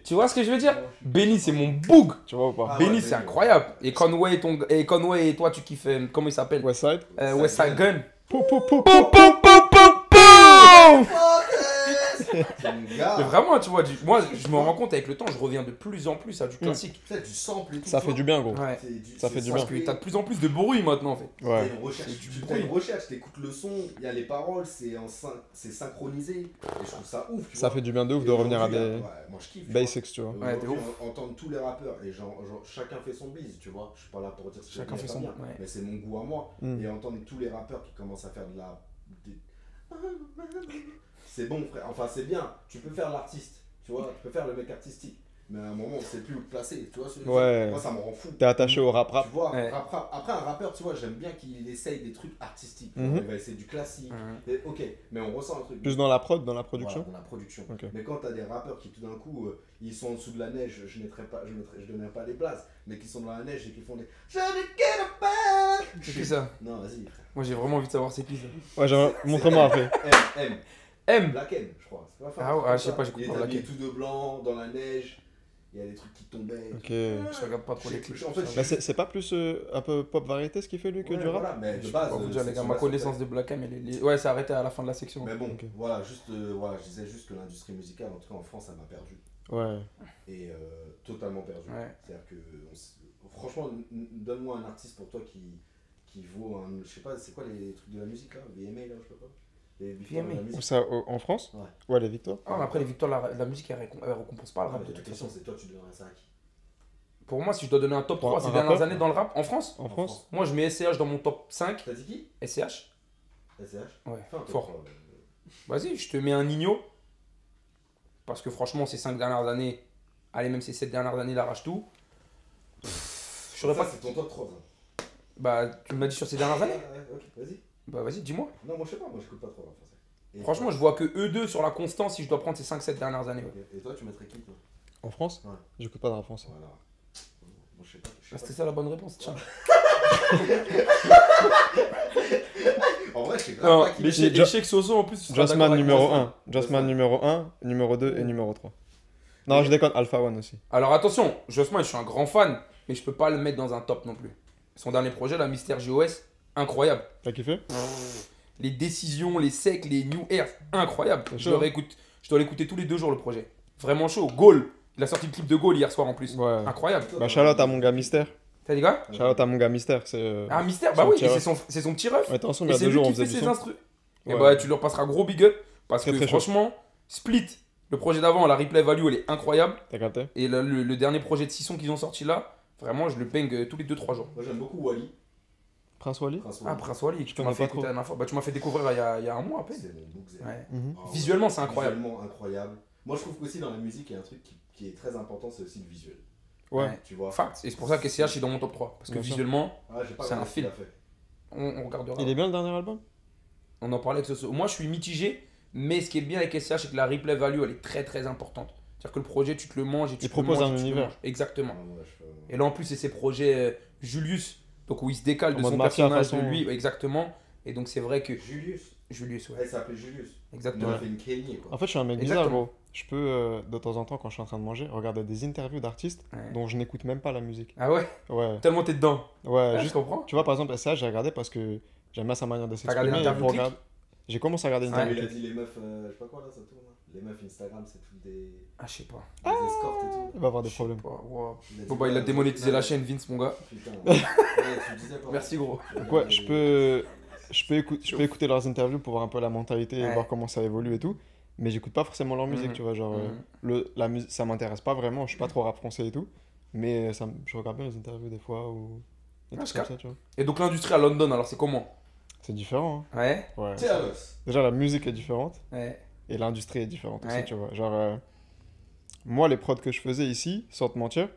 Speaker 1: tu vois ce que je veux dire Benny, c'est mon boug.
Speaker 3: Tu vois ou pas
Speaker 2: Ah ouais,
Speaker 1: Benny, c'est
Speaker 2: Benny,
Speaker 1: incroyable. Et Conway, ton... et Conway et toi, tu kiffes. euh, comment il s'appelle
Speaker 3: Westside
Speaker 1: Euh,
Speaker 2: West
Speaker 1: West Side
Speaker 2: Side
Speaker 1: Gun.
Speaker 3: Pou, pou, pou, pou.
Speaker 1: Pou, pou, pou, pou, pou
Speaker 2: (laughs) C'est une gare.
Speaker 1: Mais vraiment, tu vois, du- moi, je me rends compte avec le temps, je reviens de plus en plus à du classique.
Speaker 2: Tu sais, du sample et tout,
Speaker 3: Ça
Speaker 2: tu
Speaker 3: fait
Speaker 2: vois.
Speaker 3: du bien, gros.
Speaker 1: Ouais.
Speaker 2: C'est du-
Speaker 3: Ça
Speaker 2: c'est
Speaker 3: fait du
Speaker 1: Parce
Speaker 2: samplé.
Speaker 1: que t'as de plus en plus de bruit maintenant, en fait.
Speaker 2: T'as une
Speaker 3: Ouais.
Speaker 1: C'est
Speaker 2: recherche, tu
Speaker 1: du
Speaker 2: t'as une
Speaker 1: bruit.
Speaker 2: recherche, t'écoutes le son, il y a les paroles, c'est en syn- c'est synchronisé, et je trouve ça ouf, tu
Speaker 3: Ça
Speaker 2: vois.
Speaker 3: fait du bien de ouf
Speaker 2: Et
Speaker 3: de revenir à
Speaker 2: aujourd'hui,
Speaker 3: des
Speaker 2: là, ouais, moi, je kiffe, tu vois.
Speaker 3: basics, hein. tu vois.
Speaker 1: Ouais, t'es
Speaker 2: Aujourd'hui, on- entendre tous les rappeurs et genre, genre, chacun fait son bise, tu vois. Je suis pas là pour dire ce que
Speaker 1: Chacun
Speaker 2: je
Speaker 1: fait
Speaker 2: dis,
Speaker 1: son-
Speaker 2: bien,
Speaker 1: ouais.
Speaker 2: mais c'est mon goût à moi.
Speaker 3: Mm.
Speaker 2: Et entendre tous les rappeurs qui commencent à faire de la. des- C'est bon, frère. Enfin, c'est bien. Tu peux faire l'artiste, tu vois. Tu peux faire le mec artistique, mais à un moment, on sait plus où te placer, tu vois. ce que je veux dire
Speaker 3: Ouais.
Speaker 2: Moi, ça me rend fou.
Speaker 3: T'es attaché au rap rap.
Speaker 2: Tu vois,
Speaker 1: Ouais.
Speaker 2: rap, rap. après un rappeur, tu vois, j'aime bien qu'il essaye des trucs artistiques. tu vois.
Speaker 3: Mhm.
Speaker 2: Il va essayer du classique.
Speaker 1: Mhm.
Speaker 2: Et- ok, mais on ressent un truc.
Speaker 3: Plus dans la prod, dans la production.
Speaker 2: Voilà, dans la production.
Speaker 3: Ok.
Speaker 2: Mais quand t'as des rappeurs qui tout d'un coup, euh, ils sont en dessous de la neige, je mettrai pas, je mettrai, je donnerai pas les places, mais qui sont dans la neige et qui font des. Je ne quitte pas.
Speaker 1: C'est qui ça
Speaker 2: Non,
Speaker 1: (laughs)
Speaker 2: vas-y. frère.
Speaker 1: Moi, j'ai vraiment envie de savoir c'est qui ça.
Speaker 3: Ouais, j'aimerais-
Speaker 2: (laughs)
Speaker 3: montre-moi après.
Speaker 2: M, M,
Speaker 1: M.
Speaker 2: Black M, je crois. C'est pas
Speaker 1: Ah ouais,
Speaker 2: c'est
Speaker 1: ah, je sais
Speaker 2: ça.
Speaker 1: pas, j'écoute
Speaker 2: Il
Speaker 1: pas
Speaker 2: est
Speaker 1: Black
Speaker 2: habillé
Speaker 1: M.
Speaker 2: tout de blanc dans la neige. Il y a des trucs qui tombaient.
Speaker 3: Ok.
Speaker 1: Je regarde pas trop les
Speaker 2: Je-
Speaker 1: clips.
Speaker 2: je- en fait,
Speaker 3: Bah, c'est c'est pas plus euh, un peu pop variété ce qu'il fait lui que
Speaker 2: Ouais,
Speaker 3: du rap
Speaker 2: voilà, mais
Speaker 1: Je
Speaker 2: de
Speaker 1: peux
Speaker 2: base.
Speaker 1: pas vous
Speaker 2: euh,
Speaker 1: dire,
Speaker 2: c'est
Speaker 1: les gars,
Speaker 2: son
Speaker 1: ma
Speaker 2: base,
Speaker 1: connaissance de Black M, elle est li- Ouais, c'est arrêté à la fin de la section.
Speaker 2: Mais bon,
Speaker 3: Ok.
Speaker 2: voilà, juste, euh, voilà, je disais juste que l'industrie musicale, en tout cas en France, elle m'a perdu.
Speaker 3: Ouais.
Speaker 2: Et euh, totalement perdu.
Speaker 1: Ouais.
Speaker 2: C'est-à-dire que, on s- franchement, n- n- donne-moi un artiste pour toi qui, qui vaut un. Je sais pas, c'est quoi les trucs de la musique là VMA là, je sais pas. Les victoires de
Speaker 1: VMA.
Speaker 2: la
Speaker 3: Ou
Speaker 2: musique.
Speaker 3: ça au- en France
Speaker 2: Ouais.
Speaker 3: Ouais, les victoires.
Speaker 1: Ah, mais après, les victoires, la, la musique, elle, récom- elle récompense pas le
Speaker 2: Ah,
Speaker 1: rap
Speaker 2: mais
Speaker 1: de
Speaker 2: la
Speaker 1: toute
Speaker 2: question,
Speaker 1: façon.
Speaker 2: c'est toi, tu donnerais ça à qui
Speaker 1: Pour moi, si je dois donner un top
Speaker 3: Pour
Speaker 1: 3
Speaker 3: un
Speaker 1: ces dernières
Speaker 3: rappeur
Speaker 1: années dans le rap, en France,
Speaker 3: En France
Speaker 1: moi, je mets SCH dans mon top 5.
Speaker 2: T'as dit qui
Speaker 1: SCH
Speaker 2: SCH
Speaker 1: Ouais,
Speaker 2: Fais un top
Speaker 1: fort.
Speaker 2: trois, là.
Speaker 1: Vas-y, je te mets un igno. Parce que franchement, ces 5 dernières années, allez, même ces 7 dernières années, il arrache tout. Pff, Je saurais
Speaker 2: Ça,
Speaker 1: pas.
Speaker 2: c'est ton top 3. Ça.
Speaker 1: Bah, tu m'as dit sur ces dernières années
Speaker 2: Ouais, ouais, ok, vas-y.
Speaker 1: Bah, vas-y, dis-moi.
Speaker 2: Non, moi je sais pas, moi j'écoute pas trop en français. Et
Speaker 1: Franchement, je vois que eux deux sur la constance si je dois prendre ces 5-7 dernières années. ouais.
Speaker 2: Ok, Et toi, tu mettrais qui toi
Speaker 3: En France
Speaker 2: Ouais.
Speaker 3: J'écoute pas de rap français.
Speaker 2: Voilà. Moi je sais pas. je
Speaker 1: Ah,
Speaker 2: sais
Speaker 1: C'était ça la bonne réponse, tiens.
Speaker 2: pas. En vrai, je sais grave
Speaker 1: Non,
Speaker 2: pas qui.
Speaker 1: mais
Speaker 3: j'ai-
Speaker 1: chez,
Speaker 3: Ja-
Speaker 1: et chez Soso, en plus, tu seras d'accord
Speaker 3: Justman
Speaker 1: avec
Speaker 3: numéro
Speaker 1: moi.
Speaker 3: 1. Justman numéro 1, numéro 2 et numéro 3. Non, je déconne, Alpha One aussi.
Speaker 1: Alors attention, Jossman, je suis un grand fan, mais je peux pas le mettre dans un top non plus. Son dernier projet, la Mystère JOS, incroyable.
Speaker 3: T'as kiffé
Speaker 1: Les décisions, les secs, les new airs, incroyable.
Speaker 3: C'est
Speaker 1: Je
Speaker 3: chaud,
Speaker 1: le
Speaker 3: hein.
Speaker 1: réécoute, je dois l'écouter tous les deux jours le projet. Vraiment chaud. Goal, il a sorti le clip de Goal hier soir en plus.
Speaker 3: Ouais.
Speaker 1: Incroyable.
Speaker 3: Bah, Charlotte à mon gars Mystère.
Speaker 1: T'as dit quoi
Speaker 3: Charlotte à mon gars Mystère, c'est. euh,
Speaker 1: Ah mystère,
Speaker 3: Son
Speaker 1: bah oui,
Speaker 3: petit
Speaker 1: et
Speaker 3: ref.
Speaker 1: c'est son, c'est son petit ref.
Speaker 3: On était ensemble il
Speaker 1: Et
Speaker 3: y a
Speaker 1: c'est
Speaker 3: Bah, deux
Speaker 1: lui
Speaker 3: jours, on
Speaker 1: qui
Speaker 3: faisait
Speaker 1: fait
Speaker 3: du
Speaker 1: ses
Speaker 3: son.
Speaker 1: instrus. Et
Speaker 3: Ouais.
Speaker 1: bah tu leur passeras gros big up parce
Speaker 3: Très,
Speaker 1: que
Speaker 3: très chaud.
Speaker 1: franchement, Split, Le projet d'avant, la replay value, elle est incroyable.
Speaker 3: T'as capté
Speaker 1: Et là, le, le dernier projet de Sisson qu'ils ont sorti là, vraiment, je le ping euh, tous les 2-3 jours.
Speaker 2: Moi j'aime beaucoup Wally.
Speaker 3: Prince Wally
Speaker 2: Prince
Speaker 1: Ah,
Speaker 2: Wally.
Speaker 1: Prince Wally, tu
Speaker 3: connais
Speaker 1: m'as fait
Speaker 3: pas trop.
Speaker 1: écouter la dernière fois. Bah, tu m'as fait découvrir il y, a, il y a un mois à peine.
Speaker 2: C'est mon book, c'est-
Speaker 1: Ouais.
Speaker 3: Mhm.
Speaker 2: Ah ouais.
Speaker 1: Visuellement, c'est incroyable.
Speaker 2: Visuellement incroyable. Moi je trouve qu'aussi dans la musique, il y a un truc qui, qui est très important, c'est aussi le visuel.
Speaker 3: Ouais.
Speaker 1: Ouais.
Speaker 2: Tu vois
Speaker 1: Fact. Et c'est pour ça que SCH est dans mon top 3. Parce que
Speaker 3: Bien sûr.
Speaker 1: visuellement,
Speaker 2: Ah, j'ai pas
Speaker 1: C'est
Speaker 2: regardé
Speaker 1: un
Speaker 2: ce qu'il
Speaker 1: film.
Speaker 2: a fait.
Speaker 1: on, on regardera.
Speaker 3: Il est bien le dernier album
Speaker 1: On en parlait avec ce- ce. Moi, je suis mitigé, mais ce qui est bien avec SCH, c'est que la replay value, elle est très très importante. C'est-à-dire que le projet, tu te le manges et tu te le
Speaker 3: propose
Speaker 1: manges
Speaker 3: un
Speaker 1: et tu te le
Speaker 3: univers.
Speaker 1: manges. Exactement.
Speaker 2: Ah, ouais, je-
Speaker 1: Et là, en plus, c'est ses projets euh, Julius, donc où il se décale
Speaker 3: En
Speaker 1: de
Speaker 3: mode
Speaker 1: son
Speaker 3: mafia,
Speaker 1: personnage, de
Speaker 3: façon. hein.
Speaker 1: lui, exactement. Et donc, c'est vrai que
Speaker 2: Julius.
Speaker 1: Julius, ouais,
Speaker 2: Elle s'appelait Julius. On
Speaker 1: exactement.
Speaker 2: a fait une Kenny quoi. Ah,
Speaker 3: En fait, je suis un mec bizarre,
Speaker 1: Exactement.
Speaker 3: gros. Je peux, euh, de temps en temps, quand je suis en train de manger, regarder des interviews d'artistes
Speaker 1: Ouais.
Speaker 3: dont je n'écoute même pas la musique.
Speaker 1: Ah ouais,
Speaker 3: Ouais,
Speaker 1: tellement t'es dedans.
Speaker 3: ouais,
Speaker 1: Ah,
Speaker 3: Bah, juste.
Speaker 1: je comprends.
Speaker 3: Tu vois, par exemple, ça, j'ai regardé parce que j'aime bien sa manière de
Speaker 1: regardé
Speaker 3: s'exprimer. et
Speaker 1: l'interview
Speaker 3: pour
Speaker 1: Click
Speaker 3: regarder- J'ai commencé à regarder une
Speaker 1: Ouais.
Speaker 2: Mais
Speaker 3: interview.
Speaker 2: il a dit les meufs, euh, je sais pas quoi là, ça tourne. là. Les meufs Instagram, c'est toutes des, des
Speaker 1: Ah, je sais pas.
Speaker 2: escortes et tout.
Speaker 3: Il va avoir des
Speaker 1: Je sais
Speaker 3: problèmes.
Speaker 1: pas, wow.
Speaker 2: Il a, dit
Speaker 1: Bon, bah,
Speaker 2: quoi,
Speaker 1: il
Speaker 2: là,
Speaker 1: a démonétisé
Speaker 2: putain,
Speaker 1: la chaîne, Vince, mon gars.
Speaker 2: Putain. Ouais, tu le disais pas.
Speaker 1: (laughs) Merci, gros.
Speaker 3: Donc ouais, je peux, je peux, écouter, je peux écouter leurs interviews pour voir un peu la mentalité et
Speaker 1: Ouais.
Speaker 3: voir comment ça évolue et tout. Mais j'écoute pas forcément leur musique,
Speaker 1: Mhm.
Speaker 3: tu vois. Genre, euh,
Speaker 1: Mhm.
Speaker 3: le, la musique, ça m'intéresse pas vraiment. Je suis pas trop rap français et tout. Mais ça, me- je regarde bien les interviews des fois ou des
Speaker 1: Ah,
Speaker 3: trucs
Speaker 1: je
Speaker 3: comme
Speaker 1: capte.
Speaker 3: ça, tu vois.
Speaker 1: Et donc, l'industrie à London, alors c'est comment
Speaker 3: C'est différent.
Speaker 1: Ouais,
Speaker 3: hein. Ouais.
Speaker 2: Tiens, Alex.
Speaker 3: Déjà, la musique est différente
Speaker 1: ouais.
Speaker 3: et l'industrie est différente aussi,
Speaker 1: Ouais.
Speaker 3: tu vois. Genre, euh, moi, les prods que je faisais ici, sans te mentir,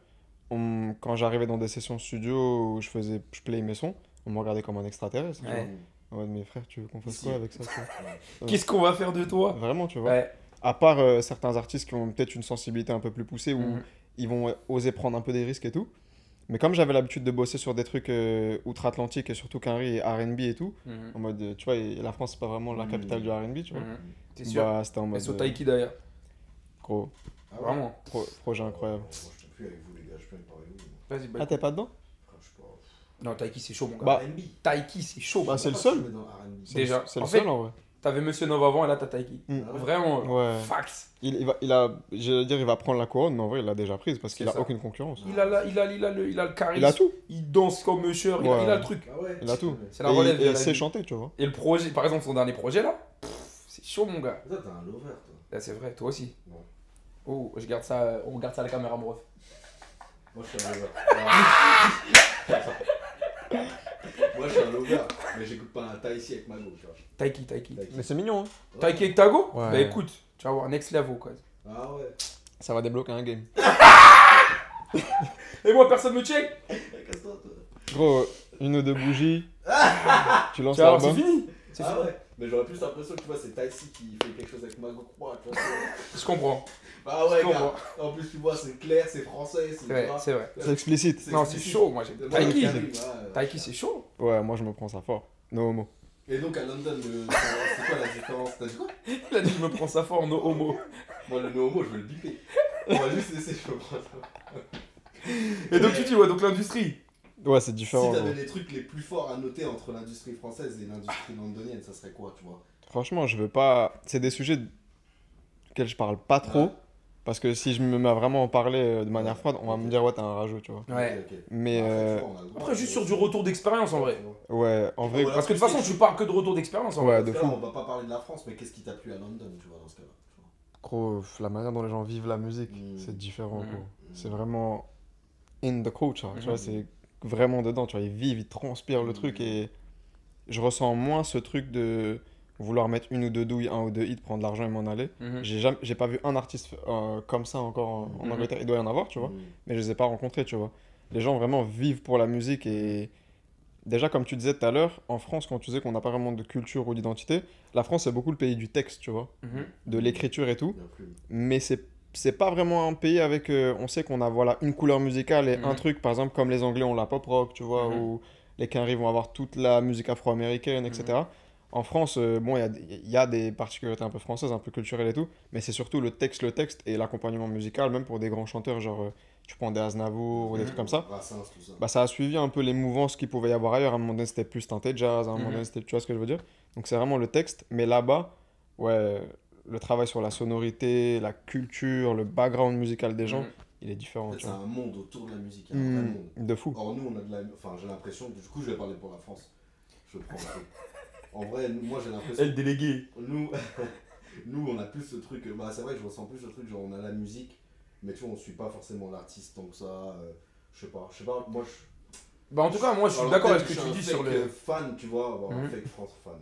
Speaker 3: on- quand j'arrivais dans des sessions studio où je faisais, je play mes sons, on me regardait comme un extraterrestre. tu
Speaker 1: Ouais.
Speaker 3: vois. En mode, mais frère, tu veux qu'on fasse
Speaker 2: Ici.
Speaker 3: quoi avec ça tu
Speaker 1: (laughs)
Speaker 3: vois
Speaker 1: Qu'est-ce qu'on va faire de toi
Speaker 3: Vraiment, tu vois.
Speaker 1: Ouais.
Speaker 3: À part euh, certains artistes qui ont peut-être une sensibilité un peu plus poussée où
Speaker 1: Mhm.
Speaker 3: ils vont euh, oser prendre un peu des risques et tout. Mais comme j'avais l'habitude de bosser sur des trucs euh, outre-Atlantique et surtout qu'Henry et RB et tout,
Speaker 1: Mhm.
Speaker 3: en mode, euh, tu vois, et- et la France, c'est pas vraiment la
Speaker 2: Mhm.
Speaker 3: capitale du RB, tu vois.
Speaker 1: Mhm. T'es Mm. sûr
Speaker 3: Bah, c'était en mode.
Speaker 1: SO
Speaker 3: euh,
Speaker 1: Taiki d'ailleurs,
Speaker 3: gros,
Speaker 2: Ah ouais.
Speaker 1: vraiment.
Speaker 3: pro- projet incroyable.
Speaker 2: Oh, moi, je peux plus avec vous, les gars, je peux même pas avec vous.
Speaker 1: Vas-y, bah,
Speaker 3: Ah, t'es pas dedans
Speaker 2: Frère, je sais pas.
Speaker 1: Non, Taiki c'est chaud, mon gars.
Speaker 3: Bah,
Speaker 2: R&B.
Speaker 1: Taiki c'est chaud.
Speaker 3: bah,
Speaker 1: mon
Speaker 3: c'est
Speaker 1: gars.
Speaker 3: le seul.
Speaker 2: Je mets dans R&B.
Speaker 3: C'est le-
Speaker 1: Déjà,
Speaker 3: C'est le
Speaker 1: en fait- euh,
Speaker 3: seul en vrai. Mm.
Speaker 1: T'avais Monsieur Nov avant et là t'as Taiki.
Speaker 2: Ah ouais.
Speaker 1: Vraiment,
Speaker 3: Ouais.
Speaker 1: fax.
Speaker 3: Il, il va, il a, j'allais dire, il va prendre la couronne, mais en vrai, il l'a déjà prise parce qu'il
Speaker 1: C'est
Speaker 3: a
Speaker 1: ça.
Speaker 3: aucune concurrence.
Speaker 1: Il a, la- il, a, il, a le, il a le charisme,
Speaker 3: Il a tout.
Speaker 1: il danse comme Usher, il, a,
Speaker 3: Ouais.
Speaker 1: il a le truc.
Speaker 2: Ah ouais.
Speaker 3: Il a tout.
Speaker 2: Ouais.
Speaker 1: C'est
Speaker 3: Et
Speaker 1: la
Speaker 3: il,
Speaker 1: relève.
Speaker 3: et
Speaker 1: de
Speaker 3: il
Speaker 1: la
Speaker 3: sait
Speaker 1: vie.
Speaker 3: chanter, tu vois.
Speaker 1: Et le projet, par exemple, son dernier projet là, pff, c'est chaud, mon gars.
Speaker 2: Toi, t'es un lover, toi.
Speaker 1: Là, c'est vrai, toi aussi.
Speaker 2: Non.
Speaker 1: Oh, je garde ça, euh, on garde ça à la caméra, mon ref.
Speaker 2: Moi, je suis un
Speaker 3: (laughs)
Speaker 2: lover. Moi, je suis un lover, mais j'écoute pas un taille ici avec ma go, tu vois.
Speaker 1: Taiki, Taiki.
Speaker 2: Taiki.
Speaker 3: Mais c'est mignon, hein.
Speaker 1: Taiki avec Tago
Speaker 3: Ouais.
Speaker 1: Bah écoute, tu vas voir, next level quoi.
Speaker 2: Ah ouais.
Speaker 3: Ça va débloquer un game.
Speaker 1: Et moi, personne me check
Speaker 2: Eh, Casse-toi, toi.
Speaker 3: Gros, une ou deux bougies.
Speaker 1: (laughs)
Speaker 3: tu lances
Speaker 1: Tu vas voir, c'est
Speaker 3: l'album.
Speaker 1: fini. C'est
Speaker 2: Ah
Speaker 1: fini.
Speaker 2: ouais. Mais j'aurais plus l'impression que tu vois, c'est Taïsi qui fait quelque chose avec Mago Croix,
Speaker 1: (laughs)
Speaker 2: tu vois.
Speaker 1: Je comprends.
Speaker 2: Ah
Speaker 1: Je
Speaker 2: ouais, gars.
Speaker 1: comprends.
Speaker 2: En plus, tu vois, c'est clair, c'est français, c'est.
Speaker 1: C'est vrai, c'est vrai.
Speaker 3: C'est explicite.
Speaker 1: Non, c'est chaud, moi j'aime. Taiki,
Speaker 3: j'aime.
Speaker 1: j'aime. Taiki, c'est chaud.
Speaker 3: Ouais, moi je me prends ça fort. No homo.
Speaker 2: Et donc à London, le... c'est quoi la différence T'as dit quoi
Speaker 1: Il a dit je me prends ça fort, no homo.
Speaker 2: Moi le no homo, je vais le biper. On va juste laisser, je peux prendre ça.
Speaker 1: Et donc tu dis ouais donc l'industrie.
Speaker 3: Ouais, c'est
Speaker 2: Si
Speaker 3: différent. hein.
Speaker 2: t'avais
Speaker 3: gros.
Speaker 2: les trucs les plus forts à noter entre l'industrie française et l'industrie londonienne, ça serait quoi, tu vois
Speaker 3: Franchement, je veux pas. C'est des sujets auxquels je parle pas trop.
Speaker 2: Ouais.
Speaker 3: Parce que si je me mets à vraiment en parler euh, de manière froide, on va me dire ouais, t'es un rageux, tu vois.
Speaker 1: Ouais.
Speaker 2: Ok, ok.
Speaker 3: Mais
Speaker 2: Après,
Speaker 3: euh,
Speaker 2: tu vois, on a le droit
Speaker 1: Après
Speaker 2: de-
Speaker 1: juste sur du retour d'expérience en vrai.
Speaker 3: ouais, en vrai.
Speaker 2: Ouais,
Speaker 1: Parce que de toute façon tu parles que de retour d'expérience en vrai.
Speaker 3: Ouais, de
Speaker 2: Parce que
Speaker 3: fou.
Speaker 2: là, on va pas parler de la France, mais qu'est-ce qui t'a plu à London, tu vois, dans ce cas-là tu vois
Speaker 3: Gros, la manière dont les gens vivent la musique,
Speaker 2: Mm. Mm.
Speaker 3: c'est différent,
Speaker 1: Mm.
Speaker 3: gros. C'est vraiment in the culture, tu vois,
Speaker 1: Mhm.
Speaker 3: c'est vraiment dedans, tu vois, ils vivent, ils transpirent le truc et je ressens moins ce truc de vouloir mettre une ou deux douilles, un ou deux hits, prendre l'argent et m'en aller.
Speaker 1: Mhm.
Speaker 3: J'ai jamais, j'ai pas vu un artiste euh, comme ça encore en, en
Speaker 1: Mhm.
Speaker 3: Angleterre, il doit y en avoir, tu vois,
Speaker 2: Mm.
Speaker 3: mais je les ai pas rencontrés, tu vois. Les gens vraiment vivent pour la musique et déjà comme tu disais tout à l'heure, en France quand tu disais qu'on n'a pas vraiment de culture ou d'identité, la France c'est beaucoup le pays du texte, tu vois,
Speaker 1: Mhm.
Speaker 3: de l'écriture et tout
Speaker 2: La plume.
Speaker 3: mais c'est c'est pas vraiment un pays avec euh, on sait qu'on a voilà une couleur musicale et un
Speaker 1: Mhm.
Speaker 3: truc par exemple comme les anglais ont la pop rock tu vois
Speaker 1: Mhm.
Speaker 3: ou les Canaries vont avoir toute la musique afro-américaine etc
Speaker 1: Mhm.
Speaker 3: en France euh, bon il y a, des- il y a des particularités un peu françaises un peu culturelles et tout mais c'est surtout le texte le texte et l'accompagnement musical même pour des grands chanteurs genre euh, tu prends des Aznavour ou des
Speaker 1: Mhm.
Speaker 3: trucs comme ça
Speaker 2: Brassens, tout ça.
Speaker 3: bah, ça a suivi un peu les mouvances qu'il pouvait y avoir ailleurs. À un moment donné, c'était plus teinté jazz, à un moment
Speaker 1: Mhm.
Speaker 3: donné, c'était, tu vois ce que je veux dire Donc c'est vraiment le texte, mais là-bas, ouais, le travail sur la sonorité, la culture, le background musical des gens,
Speaker 1: Mhm.
Speaker 3: il est différent,
Speaker 2: En fait,
Speaker 3: tu
Speaker 2: c'est
Speaker 3: vois.
Speaker 2: un monde autour de la musique, un vrai
Speaker 3: Mhm,
Speaker 2: monde.
Speaker 3: de fou.
Speaker 2: Or, nous, on a de la. Enfin, j'ai l'impression. Du coup, je vais parler pour la France. Je prends un peu. En vrai, nous- (laughs) moi, j'ai l'impression.
Speaker 1: Elle déléguée.
Speaker 2: Nous, Nous, on a plus ce truc. Bah, c'est vrai que je ressens plus ce truc, genre on a la musique, mais tu vois, on suit pas forcément l'artiste tant que ça. euh, je sais pas, je sais pas, moi je.
Speaker 1: Bah, en tout cas, moi, je suis
Speaker 2: Alors,
Speaker 1: d'accord avec
Speaker 2: peut-être
Speaker 1: ce que tu
Speaker 2: je
Speaker 1: dis
Speaker 2: suis un
Speaker 1: sur
Speaker 2: fake, euh,
Speaker 1: le.
Speaker 2: fan, tu vois, avoir un
Speaker 1: Mhm.
Speaker 2: fake France fan.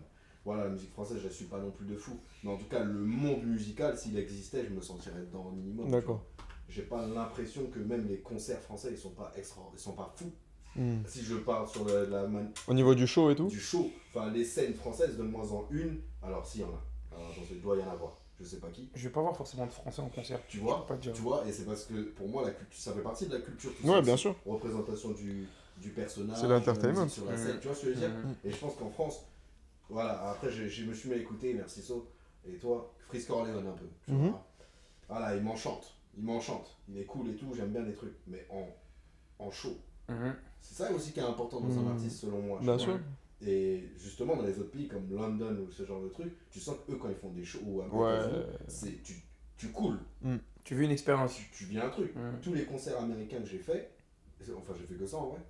Speaker 2: Voilà, la musique française, je la suis pas non plus de fou. Mais en tout cas, le monde musical, s'il existait, je me sentirais dedans au minimum. tu
Speaker 3: D'accord.
Speaker 2: vois. J'ai pas l'impression que même les concerts français, ils sont pas extra, ils sont pas fous.
Speaker 3: Hmm.
Speaker 2: Si je parle sur la, la man-
Speaker 3: Au niveau du show et tout
Speaker 2: du show, enfin les scènes françaises de moins en une. Alors s'il y en a, alors attends, il doit y en avoir. Je sais pas qui.
Speaker 1: Je vais pas voir forcément de français en concert.
Speaker 2: Tu
Speaker 1: Je
Speaker 2: vois,
Speaker 1: peux pas te dire.
Speaker 2: tu vois, et c'est parce que pour moi la culture, ça fait partie de la culture. tu
Speaker 3: Ouais,
Speaker 2: sais,
Speaker 3: bien
Speaker 2: c'est
Speaker 3: sûr.
Speaker 2: Représentation du, du personnage.
Speaker 3: C'est l'entertainment.
Speaker 2: la musique Sur la scène,
Speaker 1: Mhm.
Speaker 2: tu vois ce que je veux dire.
Speaker 1: Mhm.
Speaker 2: Et je pense qu'en France, voilà, après je, je me suis mis à écouter, merci So, et toi, Frisk Corleone un peu. tu
Speaker 3: Mhm.
Speaker 2: vois. Voilà, il m'enchante, il m'enchante, il est cool et tout, j'aime bien les trucs, mais en, en show.
Speaker 1: Mhm.
Speaker 2: C'est ça aussi qui est important dans
Speaker 3: Mhm.
Speaker 2: un artiste selon moi. tu
Speaker 3: Bien
Speaker 2: vois.
Speaker 3: sûr.
Speaker 2: Et justement, dans les autres pays comme London ou ce genre de trucs, tu sens que eux quand ils font des shows ou à
Speaker 3: Ouais.
Speaker 2: États-Unis, c'est tu, tu coules,
Speaker 1: Tu veux une expérience.
Speaker 2: tu, tu viens un truc.
Speaker 1: Mhm.
Speaker 2: Tous les concerts américains que j'ai fait, enfin j'ai fait que ça en vrai,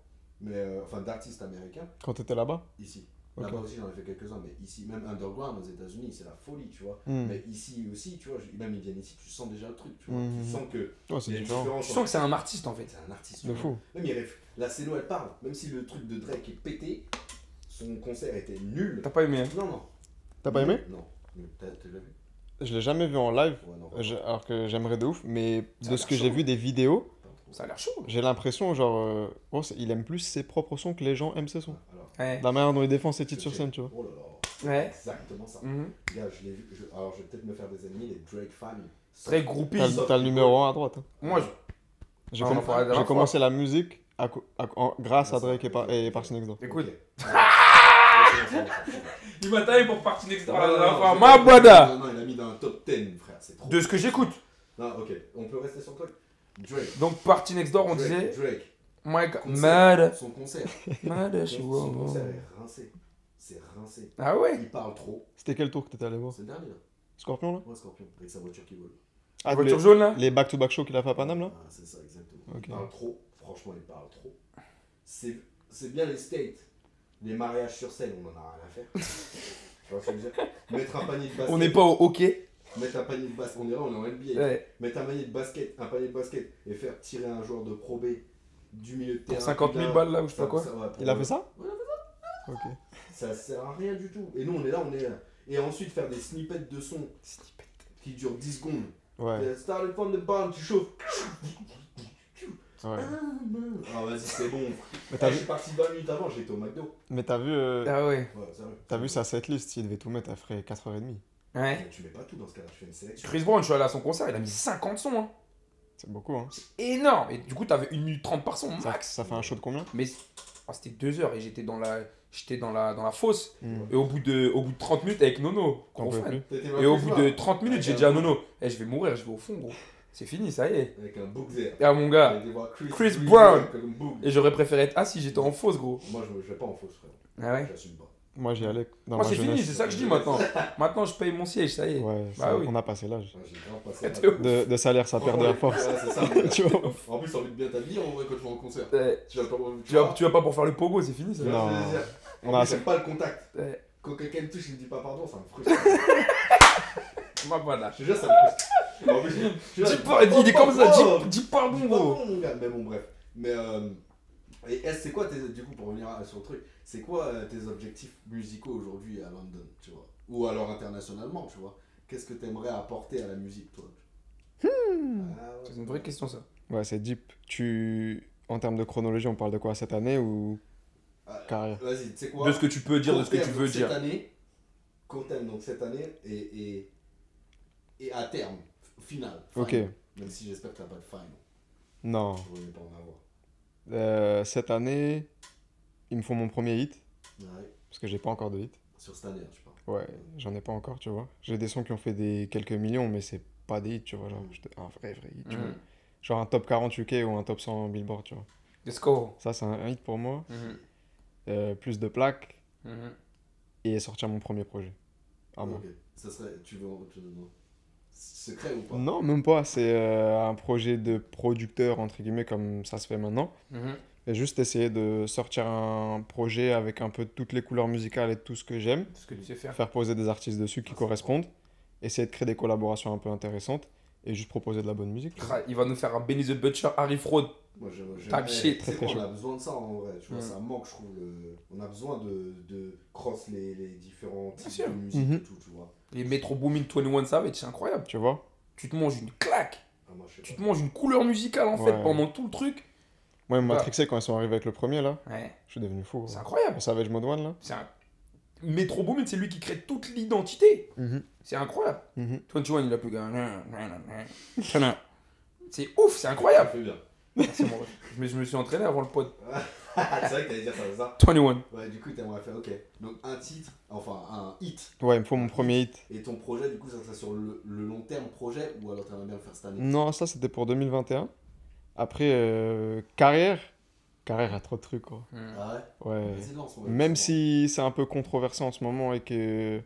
Speaker 2: mais euh, enfin d'artistes américains,
Speaker 3: Quand t'étais là-bas
Speaker 2: ici.
Speaker 3: Ok.
Speaker 2: Là-bas aussi, j'en ai fait quelques-uns, mais ici, même underground aux États-Unis, c'est la folie, tu vois.
Speaker 3: Hmm.
Speaker 2: Mais ici aussi, tu vois, je- même ils viennent ici, tu sens déjà le truc, tu vois.
Speaker 3: Mhm.
Speaker 2: Tu sens que
Speaker 3: Ouais,
Speaker 2: il y
Speaker 3: c'est
Speaker 2: a une
Speaker 3: différent.
Speaker 2: différence.
Speaker 1: Tu sens que c'est un artiste en fait.
Speaker 2: c'est un artiste. tu
Speaker 3: De
Speaker 2: vois.
Speaker 3: fou.
Speaker 2: Même il rêve. La scéno, elle parle. Même si le truc de Drake est pété, son concert était nul.
Speaker 1: T'as pas aimé hein
Speaker 2: Non, non.
Speaker 3: T'as pas aimé
Speaker 2: Non. Mais T'as t'as déjà vu
Speaker 3: Je l'ai jamais vu en live,
Speaker 2: Ouais, non.
Speaker 3: je- alors que j'aimerais de ouf,
Speaker 1: Ça
Speaker 3: mais
Speaker 1: a
Speaker 3: de ce
Speaker 1: l'air
Speaker 3: que j'ai
Speaker 1: chaud.
Speaker 3: vu des vidéos,
Speaker 2: pas trop.
Speaker 1: Ça a l'air chaud.
Speaker 3: j'ai l'impression, genre, euh, bon, c'est- il aime plus ses propres sons que les gens aiment ses sons.
Speaker 2: Alors,
Speaker 1: Ouais.
Speaker 3: La manière dont il défend ses titres
Speaker 2: je
Speaker 3: sur
Speaker 2: sais.
Speaker 3: scène, tu vois.
Speaker 2: Oh là là.
Speaker 1: Ouais.
Speaker 2: Exactement ça.
Speaker 1: Mhm.
Speaker 2: Gars, je l'ai vu. je- Alors, je vais peut-être me faire des ennemis, les Drake fans.
Speaker 1: Très groupie.
Speaker 3: T'as le- t'as le numéro 1 à droite. hein.
Speaker 1: Moi, je-
Speaker 3: J'ai
Speaker 1: Ah, on en
Speaker 3: comm-
Speaker 1: parlait la
Speaker 3: j'ai
Speaker 1: dernière
Speaker 3: commencé la musique à co- à- en- grâce à Drake et par, et par Snoop Dogg.
Speaker 2: (laughs)
Speaker 1: écoute.
Speaker 2: Écoute.
Speaker 1: Il m'a taillé pour partir d'extra
Speaker 2: Non, non, non, c'est-
Speaker 1: Ma brother
Speaker 2: Non, non, il a mis dans un top 10, frère, c'est trop.
Speaker 1: De ce que j'écoute.
Speaker 2: Non, ok, on peut rester sur toi. Drake.
Speaker 1: Donc, partie next door, on
Speaker 2: Drake,
Speaker 1: disait.
Speaker 2: Drake,
Speaker 1: My God.
Speaker 2: Concert.
Speaker 1: Mad.
Speaker 2: son concert. (laughs)
Speaker 1: Mad.
Speaker 2: son
Speaker 1: she
Speaker 2: son
Speaker 1: was-
Speaker 2: concert est rincé. C'est rincé.
Speaker 1: Ah ouais
Speaker 2: Il parle trop.
Speaker 3: C'était quel tour que t'étais allé voir
Speaker 2: C'est le dernier, là.
Speaker 3: Scorpion là
Speaker 2: Ouais, Scorpion, avec sa voiture qui vole.
Speaker 3: Ah,
Speaker 1: Voiture
Speaker 3: les-
Speaker 1: jaune là
Speaker 3: Les back-to-back shows qu'il a fait à Paname là
Speaker 2: Ah, C'est ça, exactement.
Speaker 3: Ok.
Speaker 2: Il parle trop. Franchement, il parle trop. C'est c'est bien les states. Les mariages sur scène, on en a rien à faire. (laughs) tu vois ce que je veux dire Mettre un panier de basket.
Speaker 1: On n'est pas au hockey.
Speaker 2: Mettre un panier de basket. On est là, on est en NBA.
Speaker 1: Ouais.
Speaker 2: mettre un panier de basket, un panier de basket et faire tirer un joueur de Pro B du milieu de terrain.
Speaker 1: Pour 50 000
Speaker 2: là,
Speaker 1: balles là, ou je sais pas
Speaker 2: ça-
Speaker 1: quoi.
Speaker 2: ça- ouais, pour
Speaker 3: Il a
Speaker 1: Euh,
Speaker 2: eux,
Speaker 3: fait ça
Speaker 2: Ouais, il
Speaker 3: Ok.
Speaker 2: Ça sert à rien du tout. Et nous, on est là, on est là. Et ensuite, faire des snippets de son qui durent 10 secondes.
Speaker 3: Ouais,
Speaker 2: Euh, Starting from the barn, tu chauffes.
Speaker 3: ouais.
Speaker 2: Ah, non. Ah, vas-y, c'est bon.
Speaker 3: Mais
Speaker 2: Ah,
Speaker 3: t'as
Speaker 2: je
Speaker 3: vu,
Speaker 2: suis parti 20 minutes avant, j'étais au McDo.
Speaker 3: mais t'as vu, euh,
Speaker 1: Ah ouais.
Speaker 2: Ouais, sérieux.
Speaker 3: t'as vu sa setlist, il devait tout mettre, elle ferait 4h30.
Speaker 1: Ouais.
Speaker 2: Mais Eh, Tu mets pas tout dans ce cas-là, tu fais une sélection.
Speaker 1: Chris Brown, je suis allé à son concert, il a mis 50 sons. Hein.
Speaker 3: C'est beaucoup hein.
Speaker 1: Énorme. Et du coup, t'avais 1 minute 30 par son
Speaker 3: Ça,
Speaker 1: max.
Speaker 3: ça fait un show de combien
Speaker 1: Mais ah, c'était 2 heures et j'étais dans la, j'étais dans la, dans la fosse.
Speaker 3: Hmm.
Speaker 1: Et au bout, de, au bout de 30 minutes avec Nono,
Speaker 3: T'en
Speaker 1: gros
Speaker 3: peux
Speaker 1: fan.
Speaker 3: plus.
Speaker 2: T'étais
Speaker 1: Et au
Speaker 2: Marcus
Speaker 1: bout
Speaker 2: Smart.
Speaker 1: de 30 minutes, j'ai dit à Nono, eh, je vais mourir, je vais au fond, gros. C'est fini, ça y est.
Speaker 2: Avec un book there.
Speaker 1: Ah, mon gars.
Speaker 2: J'allais voir Chris,
Speaker 1: Chris
Speaker 2: Breeze
Speaker 1: Brown.
Speaker 2: Comme book.
Speaker 1: Et j'aurais préféré être assis, j'étais en fausse, gros.
Speaker 2: Moi, je, je vais pas en fausse, frère.
Speaker 1: Ah ouais.
Speaker 2: J'assume pas.
Speaker 3: Moi j'y allais dans
Speaker 1: Moi,
Speaker 3: ma
Speaker 1: c'est fini,
Speaker 3: jeunesse. euh,
Speaker 1: c'est ça que je dis
Speaker 3: (laughs)
Speaker 1: maintenant. Maintenant, je paye mon siège, ça y est.
Speaker 3: Ouais,
Speaker 1: Bah
Speaker 3: ça-
Speaker 1: oui.
Speaker 3: on a passé l'âge.
Speaker 2: Ouais, J'ai grave
Speaker 1: (laughs)
Speaker 2: passé.
Speaker 1: T'es
Speaker 2: la-
Speaker 1: ouf.
Speaker 3: De, de salaire, ça perd de la force. (laughs)
Speaker 2: Ouais, c'est ça, mon gars.
Speaker 3: tu vois
Speaker 2: En plus, t'as envie de bien t'habiller en vrai quand tu vas en concert.
Speaker 1: Euh,
Speaker 2: Tu vas pas. Tu,
Speaker 1: tu, vas, tu vas pas pour faire le pogo, c'est fini, ça.
Speaker 3: Non. On a
Speaker 2: On j'aime pas le contact.
Speaker 1: Ouais.
Speaker 2: Quand quelqu'un me touche, il me dit pas pardon, ça me frustre.
Speaker 1: Ma voilà.
Speaker 2: Je te jure, ça me frustre. En plus, je- je-
Speaker 1: Dis pas- dis- il est comme ça,
Speaker 2: Oh,
Speaker 1: dis, dis pardon,
Speaker 2: Dis
Speaker 1: gros.
Speaker 2: pardon, mon gars. Mais bon, bref. Mais. euh, Et est-ce- c'est quoi tes. Du coup, pour revenir à- sur le truc, c'est quoi euh, tes objectifs musicaux aujourd'hui à London, tu vois Ou alors internationalement, tu vois Qu'est-ce que t'aimerais apporter à la musique, toi Ah, ouais.
Speaker 1: C'est une vraie question, ça.
Speaker 3: Ouais, c'est deep. Tu. En termes de chronologie, on parle de quoi cette année ou.
Speaker 1: (laughs)
Speaker 2: Ah,
Speaker 3: Carrière
Speaker 2: Vas-y, tu sais quoi
Speaker 1: De ce que tu peux dire, de ce que tu
Speaker 2: Court terme,
Speaker 1: veux
Speaker 2: donc,
Speaker 1: dire.
Speaker 2: Cette année, court terme, donc cette année, et, et, et à terme, f- final.
Speaker 3: Ok.
Speaker 2: final. Même si j'espère que t'as pas de final,
Speaker 3: Non.
Speaker 2: je voulais pas en avoir.
Speaker 3: Euh, cette année, ils me font mon premier hit.
Speaker 2: Ouais,
Speaker 3: Parce que j'ai pas encore de hit.
Speaker 2: sur cette année, hein, je parle.
Speaker 3: Ouais, j'en ai pas encore, tu vois. J'ai des sons qui ont fait des quelques millions, mais c'est pas des hits, tu vois. Genre, je te- un vrai, vrai hit, tu vois.
Speaker 1: Mhm.
Speaker 3: Genre un top 40 UK ou un top 100 Billboard, tu vois.
Speaker 1: Let's go.
Speaker 3: Ça, c'est un un hit pour moi. Euh, plus de plaques
Speaker 1: Mhm.
Speaker 3: et sortir mon premier projet. Ah moi.
Speaker 2: Ok. Ça serait, tu veux, tu veux non. secret ou pas
Speaker 3: Non, même pas. C'est euh, un projet de producteur, entre guillemets, comme ça se fait maintenant.
Speaker 1: Mhm.
Speaker 3: Et juste essayer de sortir un projet avec un peu toutes les couleurs musicales et tout ce que j'aime.
Speaker 1: C'est Ce que tu sais faire.
Speaker 3: Faire poser des artistes dessus
Speaker 2: Ah,
Speaker 3: qui
Speaker 2: c'est
Speaker 3: correspondent. essayer de créer des collaborations un peu intéressantes et juste proposer de la bonne musique. tu vois.
Speaker 1: Tra- Il va nous faire un Benny the Butcher, Harry Fraud.
Speaker 2: Moi, je, je-
Speaker 1: Type
Speaker 2: eh,
Speaker 1: shit.
Speaker 2: tu sais
Speaker 3: Très,
Speaker 2: quoi,
Speaker 3: très
Speaker 2: on a besoin de ça en vrai. Tu vois,
Speaker 1: Mm.
Speaker 2: ça manque, je trouve. le- On a besoin de, de cross les, les différents types
Speaker 1: sûr.
Speaker 2: de musique
Speaker 3: Mhm.
Speaker 2: et tout, tu vois.
Speaker 1: Les Metro Boomin 21 Savage, c'est incroyable.
Speaker 3: Tu vois
Speaker 1: Tu te manges une claque.
Speaker 2: Ah, moi, je sais
Speaker 1: Tu
Speaker 2: pas.
Speaker 1: te manges une couleur musicale en
Speaker 3: Ouais.
Speaker 1: fait pendant tout le truc.
Speaker 3: Moi, ils m'ont
Speaker 1: Voilà.
Speaker 2: Ah.
Speaker 3: matrixé quand ils sont arrivés avec le premier, là.
Speaker 1: Ouais,
Speaker 3: Je suis devenu fou.
Speaker 1: c'est
Speaker 3: ouais.
Speaker 1: incroyable.
Speaker 3: En Savage Mode One, là.
Speaker 1: C'est un... Metro Boomin, c'est lui qui crée toute l'identité.
Speaker 3: Mhm,
Speaker 1: C'est incroyable.
Speaker 3: mhm.
Speaker 1: 21, il a plus qu'un. C'est ouf, c'est incroyable.
Speaker 2: Ça fait bien.
Speaker 1: (laughs)
Speaker 2: (laughs)
Speaker 1: Merci, mon ref. je, me, je me suis entraîné avant le pod.
Speaker 2: c'est vrai que t'allais dire ça, c'est ça.
Speaker 1: 21.
Speaker 2: Ouais, du coup, t'aimerais faire, ok. Donc, un titre, enfin, un hit.
Speaker 3: Ouais, il me faut mon premier hit.
Speaker 2: Et ton projet, du coup, ça serait sur le, le long terme projet ou alors t'aimerais bien le faire cette année
Speaker 3: Non, ça, c'était pour 2021. Après, euh, carrière. Carrière a trop de trucs, quoi.
Speaker 1: Hmm.
Speaker 2: Ah ouais
Speaker 3: Ouais.
Speaker 2: Vas-y, lance, on va
Speaker 3: Euh, Même
Speaker 2: le faire.
Speaker 3: si c'est un peu controversé en ce moment et que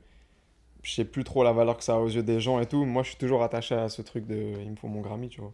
Speaker 3: je sais plus trop la valeur que ça a aux yeux des gens et tout, moi je suis toujours attaché à ce truc de il me faut mon Grammy, tu vois.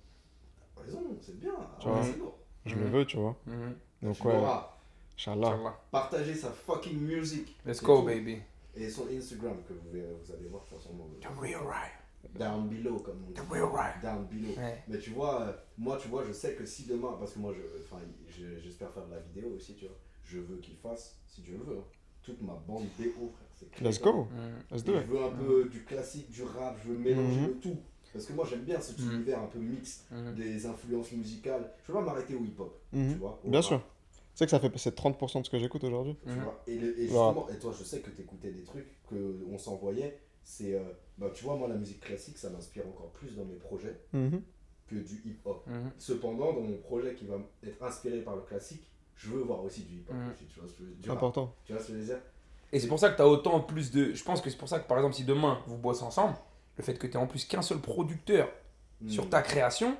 Speaker 2: T'as raison, c'est bien. Ah
Speaker 3: Tu
Speaker 2: ouais,
Speaker 3: vois.
Speaker 2: c'est lourd.
Speaker 3: Je
Speaker 1: Mhm.
Speaker 3: le veux, tu vois.
Speaker 1: Mhm.
Speaker 3: Donc
Speaker 2: Tu
Speaker 3: ouais,
Speaker 2: l'auras.
Speaker 3: Inch'Allah.
Speaker 1: Inch'Allah.
Speaker 2: Partagez sa fucking music.
Speaker 1: Let's
Speaker 2: Et
Speaker 1: go,
Speaker 2: tout.
Speaker 1: baby.
Speaker 2: Et son Instagram que vous, verrez- vous allez voir, de toute façon. euh,
Speaker 1: The real right.
Speaker 2: Down below, comme on dit.
Speaker 1: The real right.
Speaker 2: Down below.
Speaker 1: Ouais.
Speaker 2: Mais tu vois, euh, moi, tu vois, je sais que si demain, parce que moi, je- enfin, je- j'espère faire de la vidéo aussi, tu vois. Je veux qu'il fasse, si Dieu le veut, hein, toute ma bande BO, frère. c'est clair.
Speaker 3: Let's go,
Speaker 1: Hmm.
Speaker 3: let's
Speaker 2: Je
Speaker 3: do it.
Speaker 2: veux un
Speaker 1: Mm-hmm.
Speaker 2: peu du classique, du rap, je veux mélanger
Speaker 3: Mhm.
Speaker 2: le tout. Parce que moi, j'aime bien cet
Speaker 1: Mhm.
Speaker 2: univers un peu mixte,
Speaker 1: Mhm.
Speaker 2: des influences musicales. Je veux pas m'arrêter au hip-hop, tu
Speaker 3: Mhm.
Speaker 2: vois. au
Speaker 3: Bien
Speaker 2: rap,
Speaker 3: sûr. Tu sais que ça fait passer 30% de ce que j'écoute aujourd'hui.
Speaker 2: tu
Speaker 1: Mhm.
Speaker 2: vois. Et, le- et
Speaker 3: Voilà.
Speaker 2: justement, et toi, je sais que t'écoutais des trucs qu'on s'envoyait. C'est, euh, bah, tu vois, moi, la musique classique, ça m'inspire encore plus dans mes projets
Speaker 3: Mhm.
Speaker 2: que du hip-hop.
Speaker 1: Mhm.
Speaker 2: Cependant, dans mon projet qui va être inspiré par le classique, je veux voir aussi du hip-hop
Speaker 1: Mhm.
Speaker 2: aussi, tu vois, ce que- du rap.
Speaker 3: Important.
Speaker 2: Tu vois ce que je veux dire
Speaker 1: Et c'est pour ça que t'as autant plus de. Je pense que c'est pour ça que par exemple, si demain vous bossez ensemble, le fait que t'aies en plus qu'un seul producteur sur
Speaker 3: Mmh.
Speaker 2: Mm.
Speaker 1: ta création,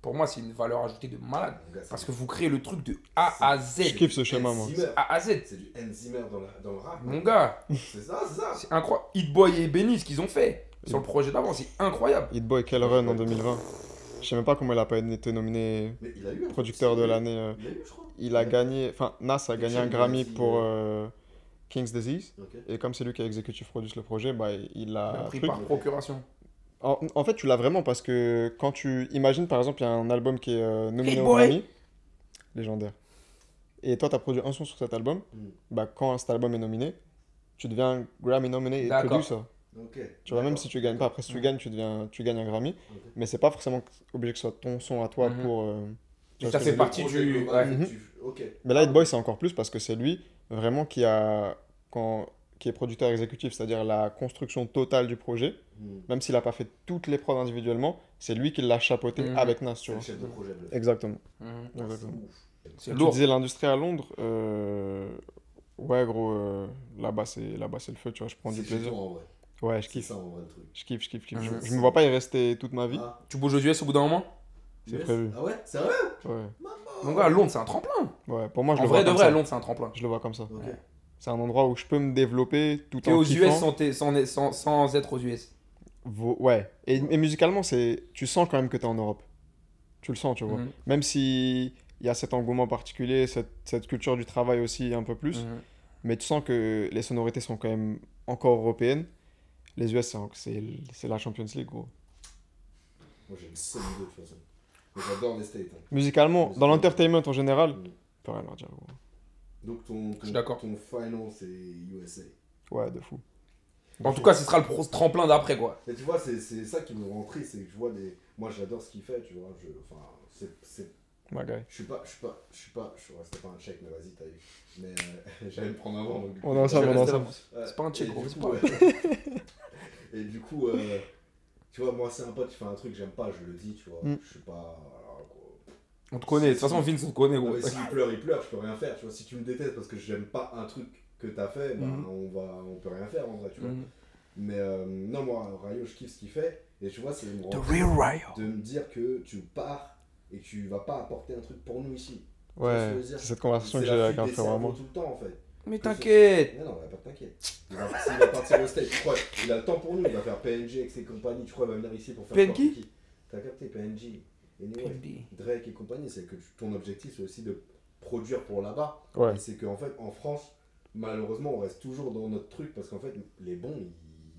Speaker 1: pour moi, c'est une valeur ajoutée de malade.
Speaker 2: Mon gars, c'est
Speaker 1: Parce
Speaker 2: du-
Speaker 1: que vous créez le truc de A à
Speaker 3: Je
Speaker 1: Z.
Speaker 3: kiffe ce
Speaker 2: Hans
Speaker 3: schéma, moi.
Speaker 2: Zimmer.
Speaker 1: A à Z.
Speaker 2: C'est du Hans Zimmer dans, la- dans le rap.
Speaker 1: Mon gars,
Speaker 2: C'est ça, c'est ça
Speaker 1: c'est incroyable. Hit Boy et Benny, ce qu'ils ont fait sur le projet d'avant, c'est incroyable.
Speaker 3: Hit Boy, quel run en 2020. Je sais même pas comment il a pas été nominé
Speaker 2: Mais il a eu un
Speaker 3: producteur de
Speaker 2: il a eu-
Speaker 3: l'année. euh.
Speaker 2: Il a eu, je crois.
Speaker 3: Il a gagné, enfin, Nas a gagné un
Speaker 2: Shane
Speaker 3: Grammy
Speaker 2: Massey,
Speaker 3: pour
Speaker 2: ouais.
Speaker 3: euh, King's Disease.
Speaker 2: Ok.
Speaker 3: Et comme c'est lui qui a exécutif produit le projet, bah, il
Speaker 1: Il a
Speaker 3: a
Speaker 1: pris
Speaker 3: truc.
Speaker 1: par procuration.
Speaker 3: En, en fait, tu l'as vraiment parce que quand tu imagines, par exemple, il y a un album qui est euh, nominé
Speaker 1: Hit
Speaker 3: au
Speaker 1: Boy.
Speaker 3: Grammy, légendaire. Et toi, tu as produit un son sur cet album.
Speaker 2: Mm.
Speaker 3: Bah, quand cet album est nominé, tu deviens Grammy nominé et
Speaker 1: D'accord.
Speaker 3: produit ça.
Speaker 2: Ok.
Speaker 3: Tu vois, même
Speaker 2: D'accord.
Speaker 3: si tu gagnes pas, après si tu
Speaker 1: Mm.
Speaker 3: gagnes, tu, deviens, tu gagnes un Grammy.
Speaker 2: Ok.
Speaker 3: Mais c'est pas forcément obligé que ce soit ton son à toi
Speaker 1: Mhm.
Speaker 3: pour. euh, tu vois
Speaker 1: ça
Speaker 3: ce que je
Speaker 1: fait
Speaker 3: veux dire
Speaker 1: partie
Speaker 2: Le projet
Speaker 1: du-
Speaker 2: global,
Speaker 3: ouais.
Speaker 2: tu- Ok.
Speaker 3: Mhm. mais là, Hitboy, c'est encore plus parce que c'est lui vraiment qui, a, quand, qui est producteur exécutif, c'est-à-dire la construction totale du projet.
Speaker 2: Mm.
Speaker 3: Même s'il a pas fait toutes les prods individuellement, c'est lui qui l'a chapeauté
Speaker 1: Mhm.
Speaker 3: avec Nas, tu
Speaker 2: C'est
Speaker 3: vois.
Speaker 2: le chef de projet. Bluff.
Speaker 3: Exactement.
Speaker 1: Mhm.
Speaker 2: Ah, C'est
Speaker 3: exactement.
Speaker 2: ouf.
Speaker 1: C'est
Speaker 3: Tu
Speaker 1: lourd.
Speaker 3: disais l'industrie à Londres, euh, ouais gros, euh, là-bas c'est là-bas c'est le feu, tu vois, je prends du
Speaker 2: C'est chez
Speaker 3: plaisir.
Speaker 2: toi, en vrai.
Speaker 3: Ouais, je
Speaker 2: C'est
Speaker 3: kiffe,
Speaker 2: ça en vrai le truc.
Speaker 3: je kiffe, je kiffe, je kiffe.
Speaker 1: Mhm.
Speaker 3: Je, je me vois pas y rester toute ma vie.
Speaker 2: Ah,
Speaker 1: Tu bouges aux US au bout d'un moment
Speaker 3: C'est
Speaker 2: yes.
Speaker 3: prévu.
Speaker 2: Ah ouais C'est vrai
Speaker 3: Ouais.
Speaker 1: Mon gars, Londres, c'est un tremplin.
Speaker 3: ouais, pour moi je
Speaker 1: En
Speaker 3: le
Speaker 1: vrai,
Speaker 3: vois
Speaker 1: de
Speaker 3: comme
Speaker 1: vrai,
Speaker 3: ça.
Speaker 1: Londres, c'est un tremplin.
Speaker 3: Je le vois comme ça.
Speaker 2: Ok.
Speaker 1: Ouais.
Speaker 3: C'est un endroit où je peux me développer tout
Speaker 1: T'es
Speaker 3: en
Speaker 1: aux
Speaker 3: kiffant.
Speaker 1: US hein. sans, t'es- sans, sans, sans être aux US.
Speaker 3: Vo- Ouais. Et, et musicalement, c'est, tu sens quand même que t'es en Europe. Tu le sens, tu vois.
Speaker 1: Mhm.
Speaker 3: Même si il y a cet engouement particulier, cette, cette culture du travail aussi un peu plus.
Speaker 1: Mhm.
Speaker 3: mais tu sens que les sonorités sont quand même encore européennes. Les US, c'est- c'est c'est la Champions League, gros.
Speaker 2: Moi j'ai une scène de toute façon. Mais J'adore les States. hein.
Speaker 3: Musicalement, dans
Speaker 2: Musicalement.
Speaker 3: l'entertainment en général,
Speaker 2: Mm.
Speaker 3: on peut rien leur dire, gros.
Speaker 2: Donc ton,
Speaker 1: Je suis
Speaker 2: ton,
Speaker 1: d'accord.
Speaker 2: ton final c'est USA.
Speaker 3: Ouais, de fou.
Speaker 1: En tout cas, ce sera le pro- tremplin d'après, quoi.
Speaker 2: Mais tu vois, c'est c'est ça qui me rend triste, c'est que je vois des. Moi j'adore ce qu'il fait, tu vois. Je, enfin, c'est. c'est-
Speaker 3: My guy.
Speaker 2: Je suis pas. Je suis pas. Je suis pas. Je suis resté pas un check, mais vas-y, t'as eu. Mais euh, (laughs) j'allais me prendre avant. donc-
Speaker 3: On est ensemble,
Speaker 1: Je vais
Speaker 3: on est
Speaker 1: rester
Speaker 3: ensemble.
Speaker 1: là.
Speaker 2: Ouais,
Speaker 1: C'est pas un check,
Speaker 2: et
Speaker 1: gros,
Speaker 2: du
Speaker 1: c'est
Speaker 2: coup, euh, (laughs) Et du coup, euh, tu vois, moi c'est un pote qui fait un truc que j'aime pas, je le dis, tu vois.
Speaker 3: Mm.
Speaker 2: Je suis pas. alors, quoi.
Speaker 1: On te connaît. De toute façon, Vince, on te connaît,
Speaker 2: Non,
Speaker 1: gros.
Speaker 2: mais s'il pleure, il pleure, je peux rien faire, tu vois. Si tu me détestes parce que j'aime pas un truc que t'as fait, ben,
Speaker 3: Mhm.
Speaker 2: on, va, on peut rien faire en vrai, tu
Speaker 3: Mm.
Speaker 2: vois.
Speaker 1: Mhm.
Speaker 2: Mais euh, non, moi, Rayo, je kiffe ce qu'il fait. Et tu vois, c'est me rend-
Speaker 1: Ryo.
Speaker 2: de me dire que tu pars et que tu vas pas apporter un truc pour nous ici. ce que je
Speaker 3: Ouais,
Speaker 2: veux dire
Speaker 3: c'est cette conversation
Speaker 2: C'est
Speaker 3: que
Speaker 2: la
Speaker 3: j'ai avec
Speaker 2: fuite
Speaker 3: un
Speaker 2: des
Speaker 3: frère à
Speaker 2: cerveaux
Speaker 3: moi.
Speaker 2: tout le temps, en fait.
Speaker 1: Mais t'inquiète.
Speaker 2: Mais non, on va pas t'inquiète. Il va, s'il va partir au stage, tu crois, il a le temps pour nous, il va faire PNG avec ses compagnies, tu crois, il va venir ici pour faire
Speaker 1: PNG?
Speaker 2: n'importe qui. T'as capté, PNG. Anyway,
Speaker 1: PNB.
Speaker 2: Drake et compagnie, c'est que tu- ton objectif, c'est aussi de produire pour là-bas.
Speaker 3: Ouais.
Speaker 2: Et c'est qu'en fait, en France, malheureusement, on reste toujours dans notre truc parce qu'en fait, les bons,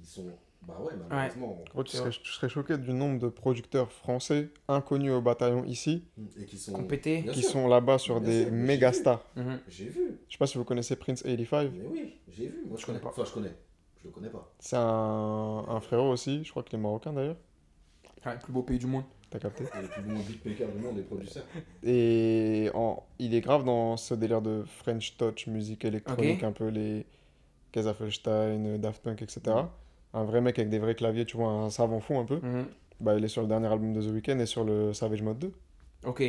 Speaker 2: ils sont Bah ouais, malheureusement.
Speaker 3: Gros, tu
Speaker 1: C'est
Speaker 3: serais, tu serais choqué du nombre de producteurs français inconnus au bataillon ici
Speaker 2: Et qui sont.
Speaker 1: Compété.
Speaker 2: Bien
Speaker 3: qui
Speaker 2: sûr.
Speaker 3: sont là-bas sur
Speaker 2: Bien
Speaker 3: des
Speaker 2: sûr, mais j'ai
Speaker 3: méga
Speaker 2: vu.
Speaker 3: stars.
Speaker 1: Mhm.
Speaker 2: J'ai vu.
Speaker 3: Je sais pas si vous connaissez Prince 85.
Speaker 2: Mais oui, j'ai vu. Moi, je,
Speaker 1: Je
Speaker 2: connais
Speaker 1: connais
Speaker 2: pas. Enfin, je connais. Je le connais pas.
Speaker 3: C'est un, un frérot aussi, je crois qu'il est marocain d'ailleurs.
Speaker 1: Ouais, le plus beau pays du monde.
Speaker 3: T'as capté
Speaker 2: Il est le plus grand beatmaker du monde, des producteurs.
Speaker 3: Et en- il est grave dans ce délire de French touch, musique électronique,
Speaker 1: Ok.
Speaker 3: un peu les Kazafelstein, Daft Punk, etc.
Speaker 1: Mm.
Speaker 3: Un vrai mec avec des vrais claviers, tu vois, un savant fou un peu.
Speaker 1: Mhm.
Speaker 3: Bah, il est sur le dernier album de The Weeknd et sur le Savage Mode 2,
Speaker 1: Ok.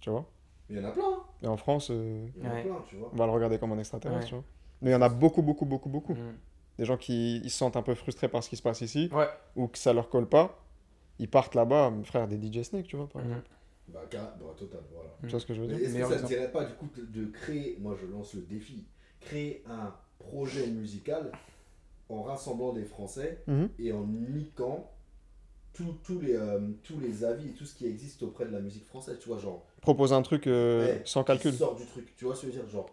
Speaker 3: tu vois.
Speaker 2: Mais il y en a plein. hein.
Speaker 3: Et en France, euh,
Speaker 2: Il y en a
Speaker 1: Ouais.
Speaker 2: plein, tu vois.
Speaker 3: on va le regarder comme un extraterrestre,
Speaker 1: Ouais.
Speaker 3: tu vois. Mais il y en a beaucoup, beaucoup, beaucoup, beaucoup.
Speaker 1: Mhm.
Speaker 3: Des gens qui ils se sentent un peu frustrés par ce qui se passe ici,
Speaker 1: Ouais.
Speaker 3: ou que ça leur colle pas, ils partent là-bas, frère, des DJ Snake, tu vois, par exemple.
Speaker 1: Mhm.
Speaker 2: Bah, car... bah, total, voilà.
Speaker 3: Tu vois ce que je veux
Speaker 2: Mais
Speaker 3: dire
Speaker 2: est-ce que
Speaker 1: meilleur
Speaker 2: ça ne
Speaker 1: exemple.
Speaker 2: dirait pas du coup de, de créer, moi je lance le défi, créer un projet musical en rassemblant des Français
Speaker 3: Mhm.
Speaker 2: et en niquant tous- tous les, euh, tous les avis et tout ce qui existe auprès de la musique française, tu vois, genre
Speaker 3: Propose un truc euh,
Speaker 2: Ouais,
Speaker 3: sans
Speaker 2: qui
Speaker 3: calcul.
Speaker 2: sort du truc, tu vois ce que je veux dire, genre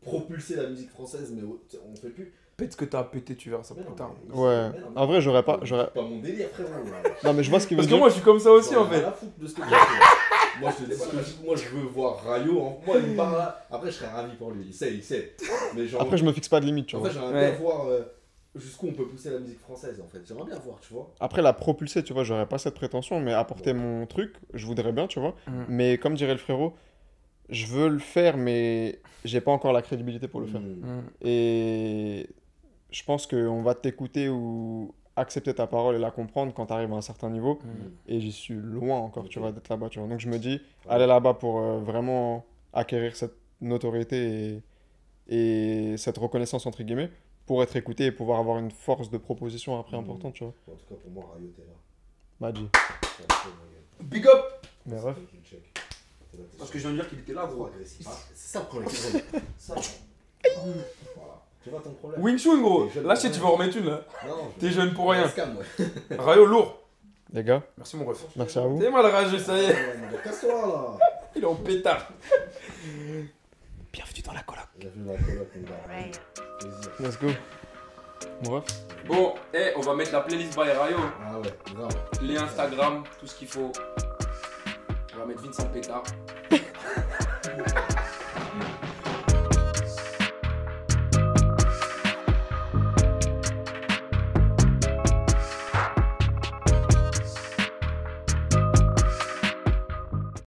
Speaker 2: propulser la musique française, mais au- on fait plus.
Speaker 1: Pète ce que t'as à péter, tu verras ça
Speaker 2: Mais
Speaker 1: plus
Speaker 2: non,
Speaker 1: tard.
Speaker 2: mais-
Speaker 3: Ouais.
Speaker 2: mais non, mais-
Speaker 3: En vrai, j'aurais pas.
Speaker 2: c'est
Speaker 3: J'aurais...
Speaker 2: pas mon délire, frérot. hein. là.
Speaker 3: Non, mais je vois ce qu'il veut
Speaker 1: Parce que
Speaker 3: dire.
Speaker 1: moi, je suis comme ça aussi,
Speaker 2: J'en
Speaker 1: en
Speaker 2: ai
Speaker 1: fait.
Speaker 2: rien à foutre de ce que tu as fait. (laughs) Moi je te dis ce que je- moi je veux voir Rayo. en- Moi il me parle là. Après je serais ravi pour lui. Il sait, il sait. Mais genre,
Speaker 3: Après, je me fixe pas de limite, tu
Speaker 2: En
Speaker 3: vois.
Speaker 2: fait, j'aimerais
Speaker 1: Ouais.
Speaker 2: bien voir euh, jusqu'où on peut pousser la musique française, en fait. J'aimerais bien voir, tu vois.
Speaker 3: Après, la propulser, tu vois, j'aurais pas cette prétention, mais apporter mon truc, je voudrais bien, tu vois.
Speaker 1: Mhm.
Speaker 3: Mais comme dirait le frérot, je veux le faire, mais j'ai pas encore la crédibilité pour le faire.
Speaker 2: Mm.
Speaker 1: Mhm.
Speaker 3: Et je pense qu'on va t'écouter ou accepter ta parole et la comprendre quand t'arrives à un certain niveau.
Speaker 1: Mhm.
Speaker 3: Et j'y suis loin encore, tu
Speaker 2: Ok.
Speaker 3: vois, d'être là-bas, tu vois. Donc, je me dis,
Speaker 2: Ouais.
Speaker 3: aller là-bas pour euh, vraiment acquérir cette notoriété et, et cette reconnaissance, entre guillemets, pour être écouté et pouvoir avoir une force de proposition après
Speaker 2: Mhm.
Speaker 3: importante, tu vois.
Speaker 2: En tout cas, pour moi, Rayo, t'es là.
Speaker 3: Maji.
Speaker 2: T'es là, t'es là, regarde.
Speaker 1: Big up
Speaker 3: Mais
Speaker 2: C'est
Speaker 3: bref.
Speaker 2: toi qui le check. T'es là, t'es
Speaker 1: Parce que
Speaker 2: sûr.
Speaker 1: je viens de dire qu'il était là,
Speaker 2: Trop
Speaker 1: gros.
Speaker 2: agressif. Ah, c'est ça le
Speaker 1: (laughs)
Speaker 2: problème. c'est vrai. Ça. Voilà. Tu vois ton problème
Speaker 1: Wing Chun, gros.
Speaker 2: T'es jeune
Speaker 1: Lâchez,
Speaker 2: pour
Speaker 1: tu
Speaker 2: rien.
Speaker 1: vas en remettre une, là.
Speaker 2: Non, je-
Speaker 1: T'es jeune pour rien.
Speaker 2: Casse cam, ouais.
Speaker 1: Rayo, lourd.
Speaker 3: Les gars,
Speaker 1: Merci, mon ref.
Speaker 3: merci à vous.
Speaker 1: T'es mal rageux, ça y est.
Speaker 2: Ouais, mon gars, Casse-toi, là.
Speaker 1: Il est en pétard. Bienvenue dans la coloc.
Speaker 2: Bienvenue dans la coloc, mon gars.
Speaker 4: Right.
Speaker 2: Plaisir.
Speaker 3: Let's go. Bref.
Speaker 1: Bon, eh, on va mettre la playlist by hein. Rayo.
Speaker 2: Ah ouais, grave.
Speaker 1: Les Instagram, tout ce qu'il faut. On va mettre Vincent Pétard.